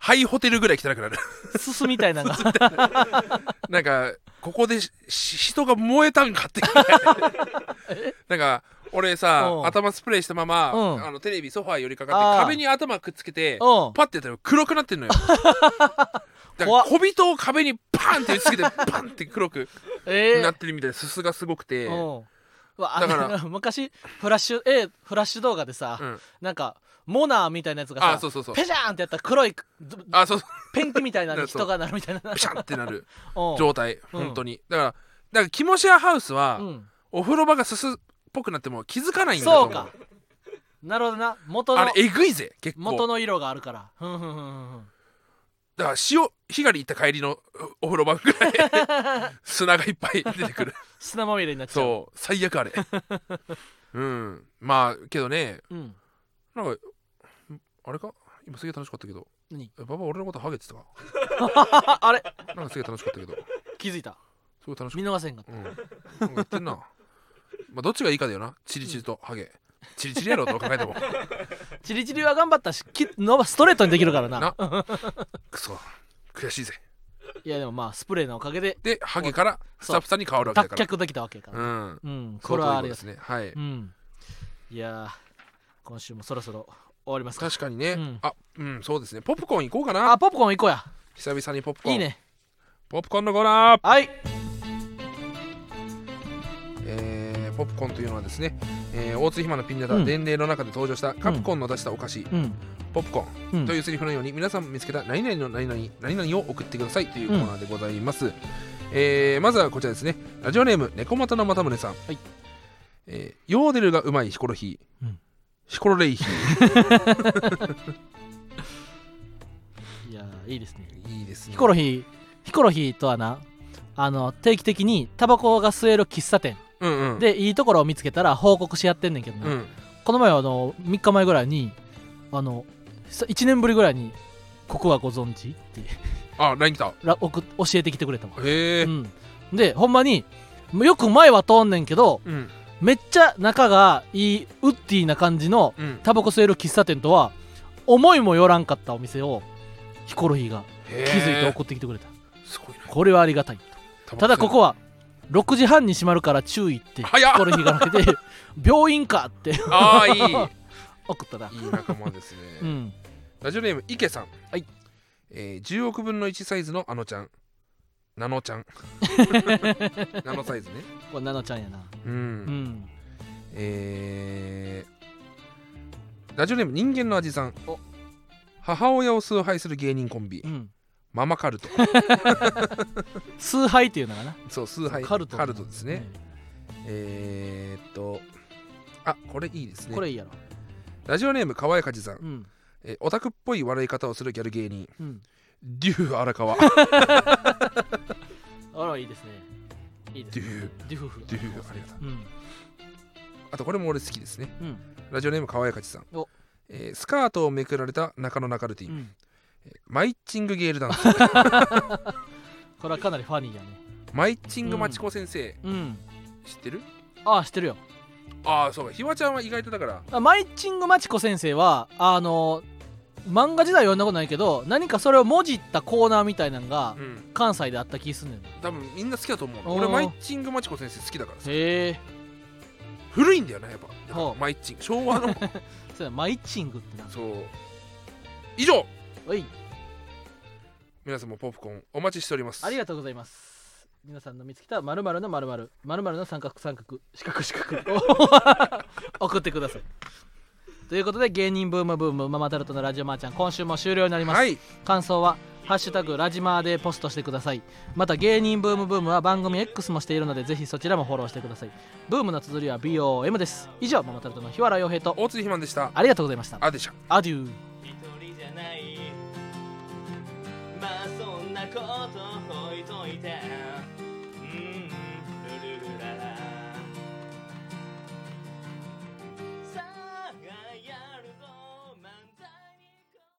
B: 廃ホテルぐらい汚くなる
A: すすみたい
B: *laughs*
A: なのが
B: なんかここでしし人が燃えたんかっていう
A: *laughs*
B: ぐらいなんか俺
A: う
B: さ
A: ん
B: 頭スプレーしたまま、
A: うん
B: あのテレビソファー寄りか
A: あ
B: かっ
A: ー
B: て壁に頭くっつけて
A: うん
B: パッてやったら黒くなってん
A: *laughs*
B: のよだから
A: 怖っ
B: 小人を壁にパンって打ちつ
A: *laughs*
B: けてパンって黒く
A: ええ
B: なってるみたいなすすがすごくて、
A: うんうわあ
B: だから
A: の *laughs* 昔フラッシュえフラッシュ動画でさ、
B: うん
A: なんかモナーみたいなやつがさ
B: あそうそうそう
A: ペシャーンってやったら黒いど
B: あそうそう
A: ペンキみたいなのに
B: そう
A: 人がなるみたいな
B: ピシャンってなる
A: うん
B: 状態
A: うん
B: 本当にだからだからキモシアハウスは、
A: うん
B: お風呂場がすすっぽくなっても気づかないんだと
A: そ
B: 思
A: うかなるほどな元
B: あ
A: の
B: れえぐいぜ結構
A: 元の色があるからふんふんふんふんふん
B: だから潮干狩り行った帰りのうお風呂場ぐらい
A: *laughs*
B: 砂がいっぱい出てくる
A: 砂まみれになっちゃう
B: そう最悪あれうんまあけどね
A: う、ん、
B: なんかんあれか今すげえ楽しかったけど
A: 何
B: えババ俺のことハゲてたか
A: ああれ
B: なんかすげえ楽しかったけどす
A: 気づいた
B: ごい楽しか
A: 見
B: っ
A: 逃せんかった
B: たうんなんか言ってんなまあどっちがいいかだよなチリチリとハゲチリチリやろうと考
A: *laughs*
B: えても
A: チリチリは頑張ったしき伸ばストレートにできるからな
B: なくそ悔しいぜ
A: いやでもまあスプレーのおかげで
B: でハゲからスタッフさんに変わるわけ
A: 脱
B: だから
A: 却できたわけやから
B: うん
A: うん
B: そ
A: こ
B: う
A: れはあれ
B: で
A: ですす
B: ねはい
A: うんいやー今週もそろそろ終わりますか
B: 確かにね、
A: うん
B: あうんそうですねポップコーン行こうかな
A: あポップコーン行こうや
B: 久々にポップコーン
A: いいね
B: ポップコーンのコーナー、
A: はい
B: えー、ポップコーンというのはですね、えー、大津ひまのピンネタ、
A: うん
B: 伝令の中で登場したカプコンの出したお菓子、
A: うん
B: ポップコーン、
A: うん
B: というセリフのように皆さん見つけた何々の何々何々を送ってくださいというコーナーでございます、えーまずはこちらですねラジオネーム猫股の又宗さん、
A: はい
B: えーヨーデルがうまいヒコロヒー、
A: うん
B: ヒコロレイヒ
A: いやーいいですね
B: ーいいですね
A: ヒコロヒーヒコロヒーとはなあの定期的にタバコが吸える喫茶店
B: うんうん
A: でいいところを見つけたら報告し合ってんねんけどな、
B: うん
A: この前あの3日前ぐらいにあの1年ぶりぐらいに「ここはご存知?」って
B: あ LINE 来た
A: ら送っ教えてきてくれたわ、
B: へえ
A: うん、でほんまによく前は通んねんけど
B: うん
A: めっちゃ仲がいいウッディな感じの
B: うん
A: タバコ吸える喫茶店とは思いもよらんかったお店をヒコロヒーが
B: へ
A: 気
B: ー
A: づいて送ってきてくれた、
B: すごいな
A: これはありがたいただここは6時半に閉まるから注意ってヒ
B: 早っ
A: コロヒーがかけて *laughs* 病院かって
B: ああい
A: *laughs*
B: い
A: 送ったない
B: い仲間ですね、
A: うん
B: ラジオネーム池さん
A: はい
B: えー、10億分の1サイズのあのちゃんナノちゃ
A: *laughs*
B: んナノサイズね
A: これナノちゃんやな
B: うん、
A: うん
B: えー、ラジオネーム人間の味さん母親を崇拝する芸人コンビ
A: うん
B: ママカルト
A: 崇拝っていうのがな
B: そう崇拝
A: カルト
B: カルトですね、えー、っとあこれいいです
A: うん
B: ね
A: これいいやろ
B: ラジオネーム河合梶さん、
A: うん
B: えーオタクっぽい笑い方をするギャル芸人
A: うん
B: デュー荒川
A: あらいいですねいいですねデュフフ
B: デューありがと
A: う
B: う
A: ん
B: あとこれも俺好きですね
A: うん
B: ラジオネーム河合梶さん
A: お、
B: えースカートをめくられた中野中ルティ、
A: うん
B: マイッチングゲールダンス
A: *laughs* これはかなりファニーやね
B: マイッチングマチコ先生、
A: うん
B: 知ってる
A: ああ知ってるよ
B: ああそうかひわちゃんは意外とだから
A: あマイチングマチコ先生はあの漫画時代は読んだことないけど何かそれをもじったコーナーみたいなのが
B: うん
A: 関西であった気すんねん
B: 多分みんな好きだと思うの
A: おー
B: 俺マイッチングマチコ先生好きだからさ
A: へえ
B: 古いんだよねやっぱやっ
A: ほ
B: ぱ
A: う
B: マイッチング
A: *laughs*
B: 昭和の
A: そうやマイチングってな
B: そう以上
A: おい
B: 皆さんもポップコーンお待ちしております
A: ありがとうございます皆さんの見つけた〇〇の〇〇〇〇の三角三角四角四角を *laughs* 送ってくださいということで芸人ブームブームママタルトのラジオマーちゃん今週も終了になります、
B: はい
A: 感想は「ハッシュタグラジマー」でポストしてくださいまた芸人ブームブームは番組 X もしているのでぜひそちらもフォローしてくださいブームの綴りは BOM です以上ママタルトの日原洋平と
B: 大津ひまんでした
A: ありがとうございました
B: あでした
A: アデュー
E: 一人じゃないまあそんなこと置いといてうん